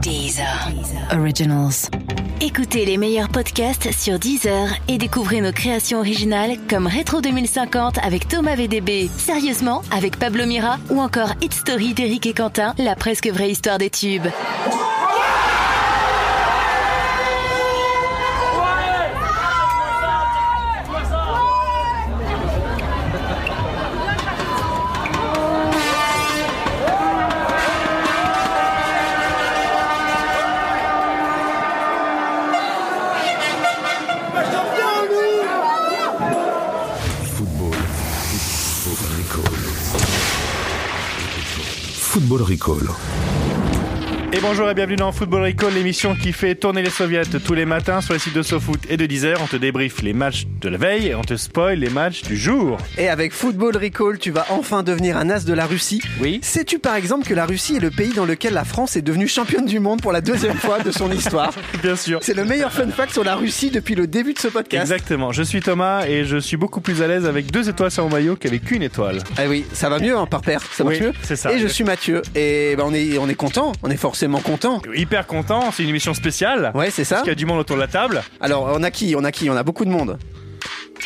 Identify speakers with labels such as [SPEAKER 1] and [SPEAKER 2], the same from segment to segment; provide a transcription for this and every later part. [SPEAKER 1] Deezer. Originals. Écoutez les meilleurs podcasts sur Deezer et découvrez nos créations originales comme Rétro 2050 avec Thomas VDB, Sérieusement avec Pablo Mira ou encore Hit Story d'Éric et Quentin, la presque vraie histoire des tubes.
[SPEAKER 2] Football Recall.
[SPEAKER 3] Et bonjour et bienvenue dans Football Recall, l'émission qui fait tourner les soviets tous les matins sur les sites de SoFoot et de Deezer. On te débriefe les matchs de la veille et on te spoil les matchs du jour.
[SPEAKER 4] Et avec Football Recall, tu vas enfin devenir un as de la Russie.
[SPEAKER 3] Oui.
[SPEAKER 4] Sais-tu par exemple que la Russie est le pays dans lequel la France est devenue championne du monde pour la deuxième fois de son histoire
[SPEAKER 3] Bien sûr.
[SPEAKER 4] C'est le meilleur fun fact sur la Russie depuis le début de ce podcast.
[SPEAKER 3] Exactement. Je suis Thomas et je suis beaucoup plus à l'aise avec deux étoiles sur mon maillot qu'avec une étoile.
[SPEAKER 4] Ah oui, ça va mieux hein, par paire, ça marche
[SPEAKER 3] Oui,
[SPEAKER 4] mieux.
[SPEAKER 3] c'est ça.
[SPEAKER 4] Et je suis Mathieu. Et ben on est on est content, on est forcément content.
[SPEAKER 3] Hyper content, c'est une émission spéciale.
[SPEAKER 4] Ouais, c'est ça.
[SPEAKER 3] Parce qu'il y a du monde autour de la table.
[SPEAKER 4] Alors on a qui On a qui On a beaucoup de monde.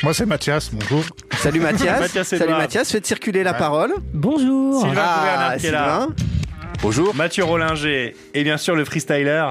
[SPEAKER 5] Moi, c'est Mathias, bonjour.
[SPEAKER 4] Salut Mathias.
[SPEAKER 3] Mathias
[SPEAKER 4] Salut
[SPEAKER 3] Edouard.
[SPEAKER 4] Mathias, faites circuler la parole.
[SPEAKER 3] Sylvain
[SPEAKER 4] ah,
[SPEAKER 3] Gouverneur qui est là.
[SPEAKER 4] Sylvain.
[SPEAKER 3] Bonjour. Mathieu Rollinger et bien sûr le freestyler.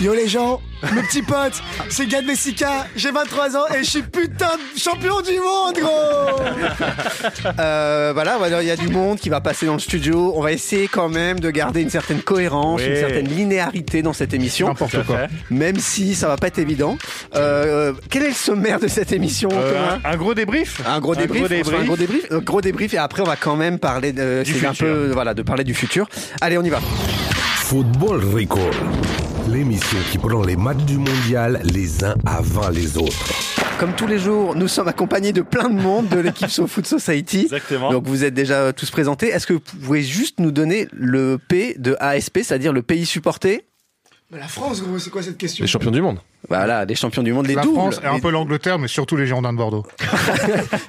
[SPEAKER 6] Yo les gens, mes petits potes, c'est Gad Messica, j'ai 23 ans et je suis putain de champion du monde gros
[SPEAKER 4] Euh, voilà, voilà, il y a du monde qui va passer dans le studio. On va essayer quand même de garder une certaine cohérence,
[SPEAKER 3] Oui.
[SPEAKER 4] une certaine linéarité dans cette émission,
[SPEAKER 3] Tout à
[SPEAKER 5] N'importe quoi.
[SPEAKER 3] fait.
[SPEAKER 4] même si ça va pas être évident. Euh, euh, quel est le sommaire de cette émission
[SPEAKER 3] Euh,
[SPEAKER 4] Thomas
[SPEAKER 3] un, un gros débrief.
[SPEAKER 4] un gros débrief, on se fait un gros débrief, un gros débrief, et après on va quand même parler de,
[SPEAKER 3] Du
[SPEAKER 4] c'est un
[SPEAKER 3] futur.
[SPEAKER 4] peu, voilà, de parler du futur. Allez, on y va.
[SPEAKER 2] Football Recall. L'émission qui prend les matchs du mondial les uns avant les autres.
[SPEAKER 4] Comme tous les jours, nous sommes accompagnés de plein de monde de l'équipe SoFoot Society.
[SPEAKER 3] Exactement.
[SPEAKER 4] Donc vous êtes déjà tous présentés. Est-ce que vous pouvez juste nous donner le P de ASP, c'est-à-dire le pays supporté
[SPEAKER 6] Mais la France gros, c'est quoi cette question
[SPEAKER 7] du monde.
[SPEAKER 4] Voilà, les champions du monde, les
[SPEAKER 5] La
[SPEAKER 4] doubles.
[SPEAKER 5] France et un
[SPEAKER 4] Les-
[SPEAKER 5] peu l'Angleterre, mais surtout les Girondins de Bordeaux.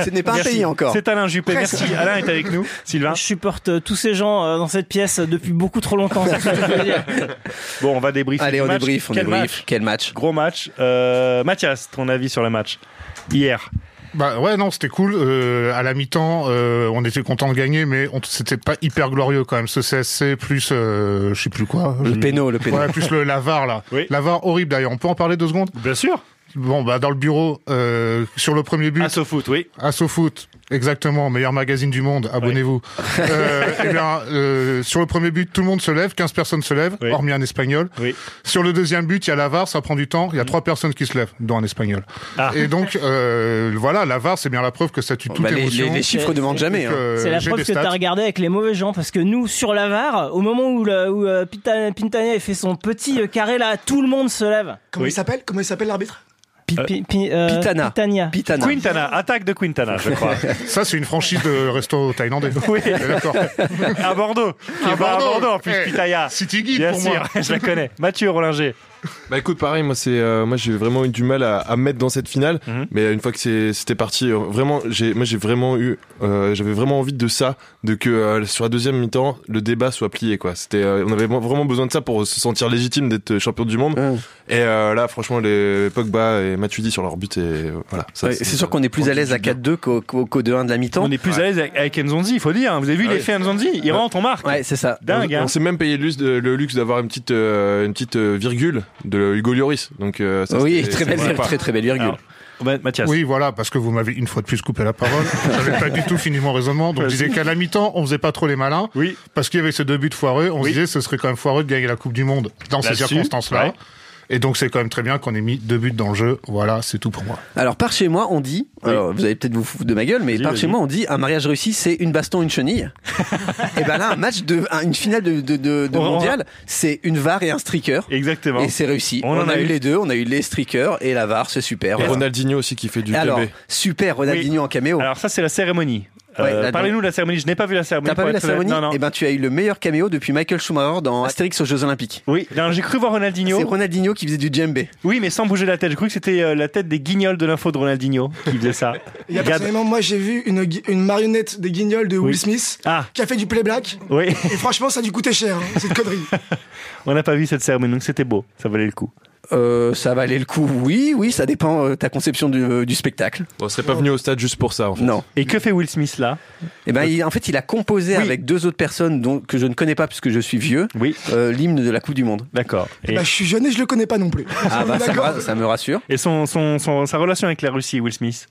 [SPEAKER 4] Ce n'est pas un
[SPEAKER 3] Merci.
[SPEAKER 4] pays encore.
[SPEAKER 3] C'est Alain Juppé.
[SPEAKER 6] Presque.
[SPEAKER 3] Merci. Alain est avec nous. Sylvain.
[SPEAKER 8] Je supporte euh, tous ces gens euh, dans cette pièce euh, depuis beaucoup trop longtemps. c'est ce
[SPEAKER 5] Euh,
[SPEAKER 8] que je veux dire.
[SPEAKER 3] Bon, on va débriefer.
[SPEAKER 4] Allez,
[SPEAKER 3] le
[SPEAKER 4] on
[SPEAKER 3] match.
[SPEAKER 4] débrief, on
[SPEAKER 3] Quel
[SPEAKER 4] débrief.
[SPEAKER 3] match
[SPEAKER 4] Quel match
[SPEAKER 3] Gros match. Euh, Mathias, ton avis sur le match hier
[SPEAKER 5] Bah ouais, non, c'était cool. Euh, à la mi-temps, euh, on était content de gagner, mais on- c'était pas hyper glorieux quand même. Ce CSC plus, euh, je sais plus quoi.
[SPEAKER 4] Le péno, le
[SPEAKER 7] E.
[SPEAKER 4] péno.
[SPEAKER 5] Ouais, plus le Lavar là.
[SPEAKER 3] Oui.
[SPEAKER 5] Lavar horrible d'ailleurs. On peut en parler deux secondes
[SPEAKER 3] Bien sûr.
[SPEAKER 5] Bon, bah dans le bureau, euh, sur le premier but,
[SPEAKER 3] Assofoot, oui.
[SPEAKER 5] Assofoot, exactement, meilleur magazine du monde, abonnez-vous. Euh, eh bien, euh, sur le premier but, tout le monde se lève, 15 personnes se lèvent,
[SPEAKER 3] Oui.
[SPEAKER 5] hormis un espagnol.
[SPEAKER 3] Oui.
[SPEAKER 5] Sur le deuxième but, il y a la VAR, ça prend du temps, il y a trois personnes qui se lèvent, dont un espagnol.
[SPEAKER 3] Mm. Ah.
[SPEAKER 5] Et donc, euh, voilà, la VAR, c'est bien la preuve que ça tue toute
[SPEAKER 4] Bah, les,
[SPEAKER 5] émotion.
[SPEAKER 4] les- les chiffres demandent jamais. hein.
[SPEAKER 5] Euh,
[SPEAKER 8] C'est la
[SPEAKER 5] j'ai
[SPEAKER 8] preuve
[SPEAKER 5] des
[SPEAKER 8] que
[SPEAKER 5] stats.
[SPEAKER 8] t'as regardé avec les mauvais gens parce que nous, sur la VAR, au moment où, le- où euh, Pita- Pintanier fait son petit euh, carré là, tout le monde se lève.
[SPEAKER 6] Comment
[SPEAKER 3] Oui.
[SPEAKER 6] il s'appelle Comment il s'appelle l'arbitre
[SPEAKER 8] Pi- pi- pi- euh,
[SPEAKER 4] Pitana.
[SPEAKER 8] Pitania.
[SPEAKER 4] Pitana.
[SPEAKER 3] Quintana, attaque de Quintana, je crois.
[SPEAKER 5] Ça, c'est une franchise de resto thaïlandais.
[SPEAKER 3] Oui.
[SPEAKER 5] D'accord.
[SPEAKER 3] à Bordeaux. Qui
[SPEAKER 5] À
[SPEAKER 3] est pas à
[SPEAKER 5] Bordeaux.
[SPEAKER 3] Bordeaux, en plus,
[SPEAKER 5] Eh,
[SPEAKER 3] Pitaya.
[SPEAKER 5] City Guide
[SPEAKER 3] Bien
[SPEAKER 5] pour
[SPEAKER 3] sûr,
[SPEAKER 5] moi.
[SPEAKER 3] je la connais. Mathieu Rollinger.
[SPEAKER 7] Bah écoute, pareil, moi c'est, euh, moi j'ai vraiment eu du mal à, à me mettre dans cette finale,
[SPEAKER 3] Mhm.
[SPEAKER 7] mais une fois que c'est, c'était parti, euh, vraiment, j'ai, moi j'ai vraiment eu, euh, j'avais vraiment envie de ça, de que euh, sur la deuxième mi-temps le débat soit plié quoi. C'était, euh, on avait vraiment besoin de ça pour se sentir légitime d'être champion du monde.
[SPEAKER 4] Hum.
[SPEAKER 7] Et euh, là, franchement, les Pogba et Matuidi sur leur but et euh, voilà. ça,
[SPEAKER 4] Ouais, C'est sûr qu'on est plus à l'aise à 4-2 qu'au qu'au- qu'au 2-1 de la mi-temps.
[SPEAKER 3] On est plus à l'aise avec- avec Nzonzi, il faut dire. hein. Vous avez vu
[SPEAKER 7] Ah
[SPEAKER 3] l'effet Nzonzi Il rentre, on marque.
[SPEAKER 4] Ouais, c'est ça.
[SPEAKER 3] Dingue,
[SPEAKER 7] On
[SPEAKER 3] hein.
[SPEAKER 7] s'est même payé le luxe, de- le luxe d'avoir une petite, euh, une petite euh, virgule de Hugo Lloris. Donc euh, ça,
[SPEAKER 4] oui,
[SPEAKER 7] c'était-
[SPEAKER 4] très belle,
[SPEAKER 7] c'était
[SPEAKER 4] vir-
[SPEAKER 7] sympa.
[SPEAKER 4] très très belle virgule.
[SPEAKER 3] Alors, Bah, Mathias.
[SPEAKER 5] Oui, voilà, parce que vous m'avez une fois de plus coupé la parole. J'avais pas du tout fini mon raisonnement. Donc, je disais qu'à la mi-temps, on faisait pas trop les malins.
[SPEAKER 3] Oui.
[SPEAKER 5] Parce qu'il y avait ces deux buts foireux. On
[SPEAKER 3] Oui.
[SPEAKER 5] se disait, ce serait quand même foireux de gagner la Coupe du Monde dans ces
[SPEAKER 3] Là-dessus,
[SPEAKER 5] circonstances-là.
[SPEAKER 3] ouais.
[SPEAKER 5] Et donc, c'est quand même très bien qu'on ait mis deux buts dans le jeu. Voilà, c'est tout pour moi.
[SPEAKER 4] Alors par chez moi, on dit, alors, vous allez peut-être vous foutre de ma gueule, mais
[SPEAKER 3] Vas-y,
[SPEAKER 4] par
[SPEAKER 3] vas-y.
[SPEAKER 4] chez moi, on dit un mariage réussi, c'est une baston, une chenille. et ben là, un match de, un- une finale de, de, de- de
[SPEAKER 3] On- on-
[SPEAKER 4] mondial, c'est une var et un streaker.
[SPEAKER 3] Exactement.
[SPEAKER 4] Et c'est réussi.
[SPEAKER 3] On
[SPEAKER 4] On,
[SPEAKER 3] en
[SPEAKER 4] a,
[SPEAKER 3] a eu.
[SPEAKER 4] eu les deux, on a eu les streakers et la var, c'est super.
[SPEAKER 7] Et
[SPEAKER 4] Voilà.
[SPEAKER 7] Ronaldinho aussi qui fait du
[SPEAKER 4] Alors,
[SPEAKER 7] bébé.
[SPEAKER 4] super Ronaldinho en caméo.
[SPEAKER 3] Alors, ça, c'est la cérémonie.
[SPEAKER 4] Ouais,
[SPEAKER 3] Euh,
[SPEAKER 4] là-dedans.
[SPEAKER 3] Parlez-nous de la cérémonie. Je n'ai pas vu la cérémonie.
[SPEAKER 4] T'as pas
[SPEAKER 3] pour
[SPEAKER 4] vu la
[SPEAKER 3] être honnête.
[SPEAKER 4] cérémonie
[SPEAKER 3] Non, Ah, non.
[SPEAKER 4] Eh ben, tu as eu le meilleur caméo depuis Michael Schumacher dans Astérix aux Jeux Olympiques.
[SPEAKER 3] Oui, non, j'ai cru voir
[SPEAKER 4] C'est
[SPEAKER 3] Ronaldinho.
[SPEAKER 4] Ronaldinho qui faisait du djembé.
[SPEAKER 3] Oui, mais sans bouger la tête. Je crois que c'était euh, la tête des guignols de l'info de Ronaldinho qui faisait ça.
[SPEAKER 6] Il y a
[SPEAKER 3] Gad-
[SPEAKER 6] personnellement, moi j'ai vu une, gui- une marionnette des guignols de
[SPEAKER 3] Oui.
[SPEAKER 6] Will Smith
[SPEAKER 3] Ah,
[SPEAKER 6] qui a fait du playback.
[SPEAKER 3] oui,
[SPEAKER 6] Et franchement, ça a dû coûter cher, hein, cette connerie.
[SPEAKER 3] on n'a pas vu cette cérémonie, donc c'était beau. Ça valait le coup.
[SPEAKER 4] Euh, ça valait le coup, oui, oui, ça dépend euh, ta conception du, euh, du spectacle.
[SPEAKER 7] On serait pas venu au stade juste pour ça, en fait.
[SPEAKER 4] Non.
[SPEAKER 3] Et que fait Will Smith là
[SPEAKER 4] Eh ben, il- en fait, il a composé
[SPEAKER 3] Oui.
[SPEAKER 4] avec deux autres personnes dont, que je ne connais pas puisque je suis vieux,
[SPEAKER 3] Oui,
[SPEAKER 4] euh, l'hymne de la Coupe du Monde.
[SPEAKER 3] d'accord. Et,
[SPEAKER 6] Bah, je suis jeune et je le connais pas non plus.
[SPEAKER 4] Ah bah, ça, me
[SPEAKER 6] D'accord.
[SPEAKER 4] ra- ça me rassure.
[SPEAKER 3] et son, son, son- sa relation avec la Russie, Will Smith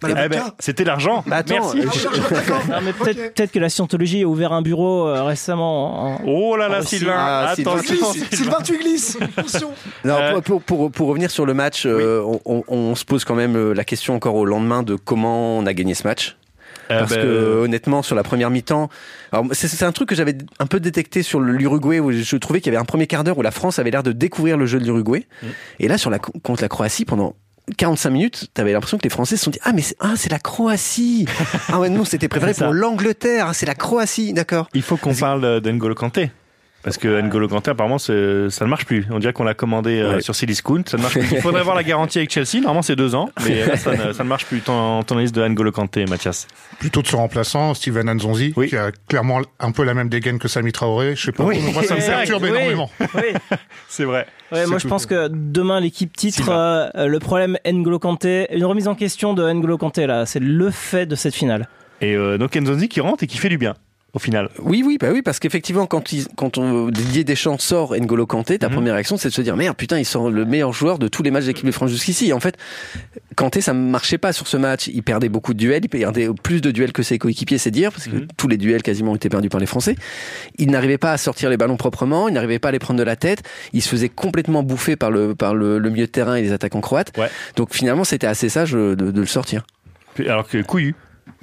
[SPEAKER 6] Bah, la
[SPEAKER 3] Eh ben,
[SPEAKER 6] vodka.
[SPEAKER 3] C'était l'argent.
[SPEAKER 4] Bah, attends,
[SPEAKER 3] Merci.
[SPEAKER 6] Ah, je cherche pas, d'accord.
[SPEAKER 8] Non, mais peut-être
[SPEAKER 6] Ok.
[SPEAKER 8] peut-être que la scientologie a ouvert un bureau euh, récemment. en-
[SPEAKER 3] Oh là là,
[SPEAKER 8] Ah,
[SPEAKER 3] Sylvain,
[SPEAKER 4] ah, Sylvain.
[SPEAKER 3] attention.
[SPEAKER 6] Tu glisses, Sylvain, tu glisses. Attention.
[SPEAKER 4] Non,
[SPEAKER 3] Euh,
[SPEAKER 4] pour, pour, pour- pour revenir sur le match, euh, on, on- on se pose quand même euh, la question encore au lendemain de comment on a gagné ce match.
[SPEAKER 3] Euh,
[SPEAKER 4] Parce
[SPEAKER 3] bah,
[SPEAKER 4] que honnêtement, sur la première mi-temps, alors, c'est- c'est un truc que j'avais un peu détecté sur le- l'Uruguay où je trouvais qu'il y avait un premier quart d'heure où la France avait l'air de découvrir le jeu de l'Uruguay.
[SPEAKER 3] Mm.
[SPEAKER 4] Et là, sur la contre la Croatie, pendant 45 minutes, t'avais l'impression que les Français se sont dit ah mais c'est ah c'est la Croatie ah ouais non c'était préparé
[SPEAKER 3] C'est ça.
[SPEAKER 4] pour l'Angleterre Ah, c'est la Croatie d'accord
[SPEAKER 3] Il faut qu'on parle euh, d'Ngolo Kanté. Parce que N'Golo Kanté, apparemment, c'est- ça ne marche plus. On dirait qu'on l'a commandé euh,
[SPEAKER 4] Euh. Ouais.
[SPEAKER 3] sur Cdiscount. Ça ne marche plus. Il faudrait avoir la garantie avec Chelsea. Normalement, c'est deux ans. Mais là, ça ne, ça ne marche plus. Ton, ton analyse de N'Golo Kanté, Mathias.
[SPEAKER 5] Plutôt de son remplaçant, Steven Anzonzi,
[SPEAKER 3] Oui.
[SPEAKER 5] qui a clairement un peu la même dégaine que Sami Traoré. Je sais pas,
[SPEAKER 3] Oui.
[SPEAKER 5] moi ça me
[SPEAKER 8] Oui.
[SPEAKER 5] perturbe
[SPEAKER 8] Oui.
[SPEAKER 5] énormément.
[SPEAKER 8] Oui.
[SPEAKER 3] C'est vrai.
[SPEAKER 8] Ouais, moi
[SPEAKER 5] C'est
[SPEAKER 8] je pense que demain l'équipe titre euh, euh, le problème N'Golo Kanté, une remise en question de N'Golo Kanté là, c'est le fait de cette finale.
[SPEAKER 3] Et euh, donc, Nzonzi qui rentre et qui fait du bien, au final.
[SPEAKER 4] oui oui bah oui parce qu'effectivement quand ils, quand on, Didier Deschamps sort N'Golo Kanté ta
[SPEAKER 3] Mhm.
[SPEAKER 4] première réaction c'est de se dire merde putain il sort le meilleur joueur de tous les matchs d'équipe de France jusqu'ici Et en fait Kanté, ça ne marchait pas sur ce match. Il perdait beaucoup de duels, il perdait plus de duels que ses coéquipiers, c'est dire, parce que
[SPEAKER 3] Mhm.
[SPEAKER 4] tous les duels quasiment ont été perdus par les Français. Il n'arrivait pas à sortir les ballons proprement, il n'arrivait pas à les prendre de la tête. Il se faisait complètement bouffer par le, par le, le milieu de terrain et les attaquants croates.
[SPEAKER 3] Ouais.
[SPEAKER 4] Donc finalement, c'était assez sage euh, de, de le sortir.
[SPEAKER 3] Puis- Alors que Couillu.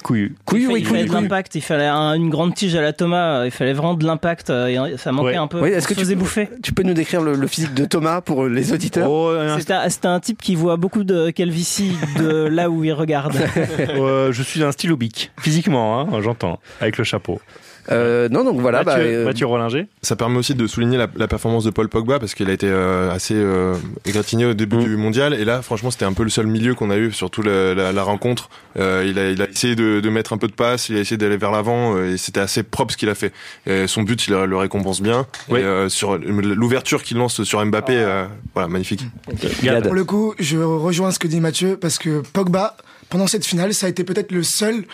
[SPEAKER 3] Couillu.
[SPEAKER 4] Couillu,
[SPEAKER 8] il
[SPEAKER 4] oui,
[SPEAKER 8] fallait
[SPEAKER 4] couillu,
[SPEAKER 8] de
[SPEAKER 4] couillu.
[SPEAKER 8] l'impact, il fallait un- une grande tige à la Thomas, euh, il fallait vraiment de l'impact, euh, et ça manquait
[SPEAKER 3] Ouais.
[SPEAKER 8] un peu.
[SPEAKER 4] Oui, est-ce
[SPEAKER 8] on se
[SPEAKER 4] que tu-
[SPEAKER 8] faisait bouffer.
[SPEAKER 4] Tu peux nous décrire le, le physique de Thomas pour euh, les auditeurs
[SPEAKER 3] Oh, un-
[SPEAKER 8] C'était un, c'était un type qui voit beaucoup de calvitie de là où il regarde.
[SPEAKER 3] euh, je suis un stylo bic. Physiquement, hein, j'entends. Avec le chapeau.
[SPEAKER 4] Euh, Non, donc voilà. bah,
[SPEAKER 3] Mathieu,
[SPEAKER 4] euh,
[SPEAKER 3] Mathieu Rollinger.
[SPEAKER 7] Ça permet aussi de souligner la, la performance de Paul Pogba parce qu'il a été euh, assez euh, égratigné au début du mondial et là franchement c'était un peu le seul milieu qu'on a eu surtout la, la- la rencontre. Euh, il, a, il a essayé de, de mettre un peu de passe, il a essayé d'aller vers l'avant euh, et c'était assez propre ce qu'il a fait. Et son but il le le récompense bien.
[SPEAKER 3] Oui.
[SPEAKER 7] Et, euh, sur l'ouverture qu'il lance sur Mbappé, euh, voilà magnifique.
[SPEAKER 4] Gad.
[SPEAKER 6] Pour le coup, je rejoins ce que dit Mathieu parce que Pogba, pendant cette finale, ça a été peut-être le seul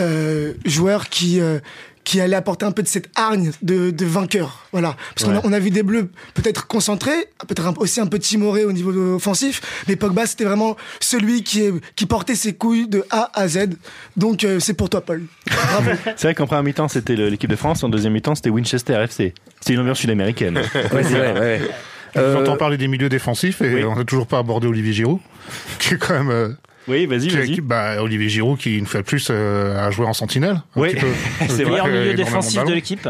[SPEAKER 6] euh, joueur qui euh, qui allait apporter un peu de cette hargne de, de vainqueur. Voilà, parce qu'on a,
[SPEAKER 3] Ouais.
[SPEAKER 6] on a vu des bleus peut-être concentrés, peut-être un- aussi un peu timorés au niveau offensif, mais Pogba c'était vraiment celui qui est- qui portait ses couilles de A à Z. Donc euh, c'est pour toi, Paul. Bravo.
[SPEAKER 3] C'est vrai qu'en première mi-temps, c'était le- l'équipe de France. En deuxième mi-temps, c'était Winchester FC. C'était une ambiance sud-américaine.
[SPEAKER 4] ouais, c'est vrai, ouais, ouais. Euh,
[SPEAKER 5] J'entends parler des milieux défensifs et
[SPEAKER 3] oui.
[SPEAKER 5] on n'a toujours pas abordé Olivier Giroud, qui est quand même. euh,
[SPEAKER 3] oui, vas-y,
[SPEAKER 5] qui-
[SPEAKER 3] vas-y.
[SPEAKER 5] qui- bah, Olivier Giroud qui, une fois de plus, euh, a joué en sentinelle. un
[SPEAKER 3] Oui.
[SPEAKER 5] petit peu. Donc,
[SPEAKER 3] C'est vrai.
[SPEAKER 8] Meilleur
[SPEAKER 5] euh,
[SPEAKER 8] milieu
[SPEAKER 5] énormément
[SPEAKER 8] défensif
[SPEAKER 5] ballon.
[SPEAKER 8] de l'équipe.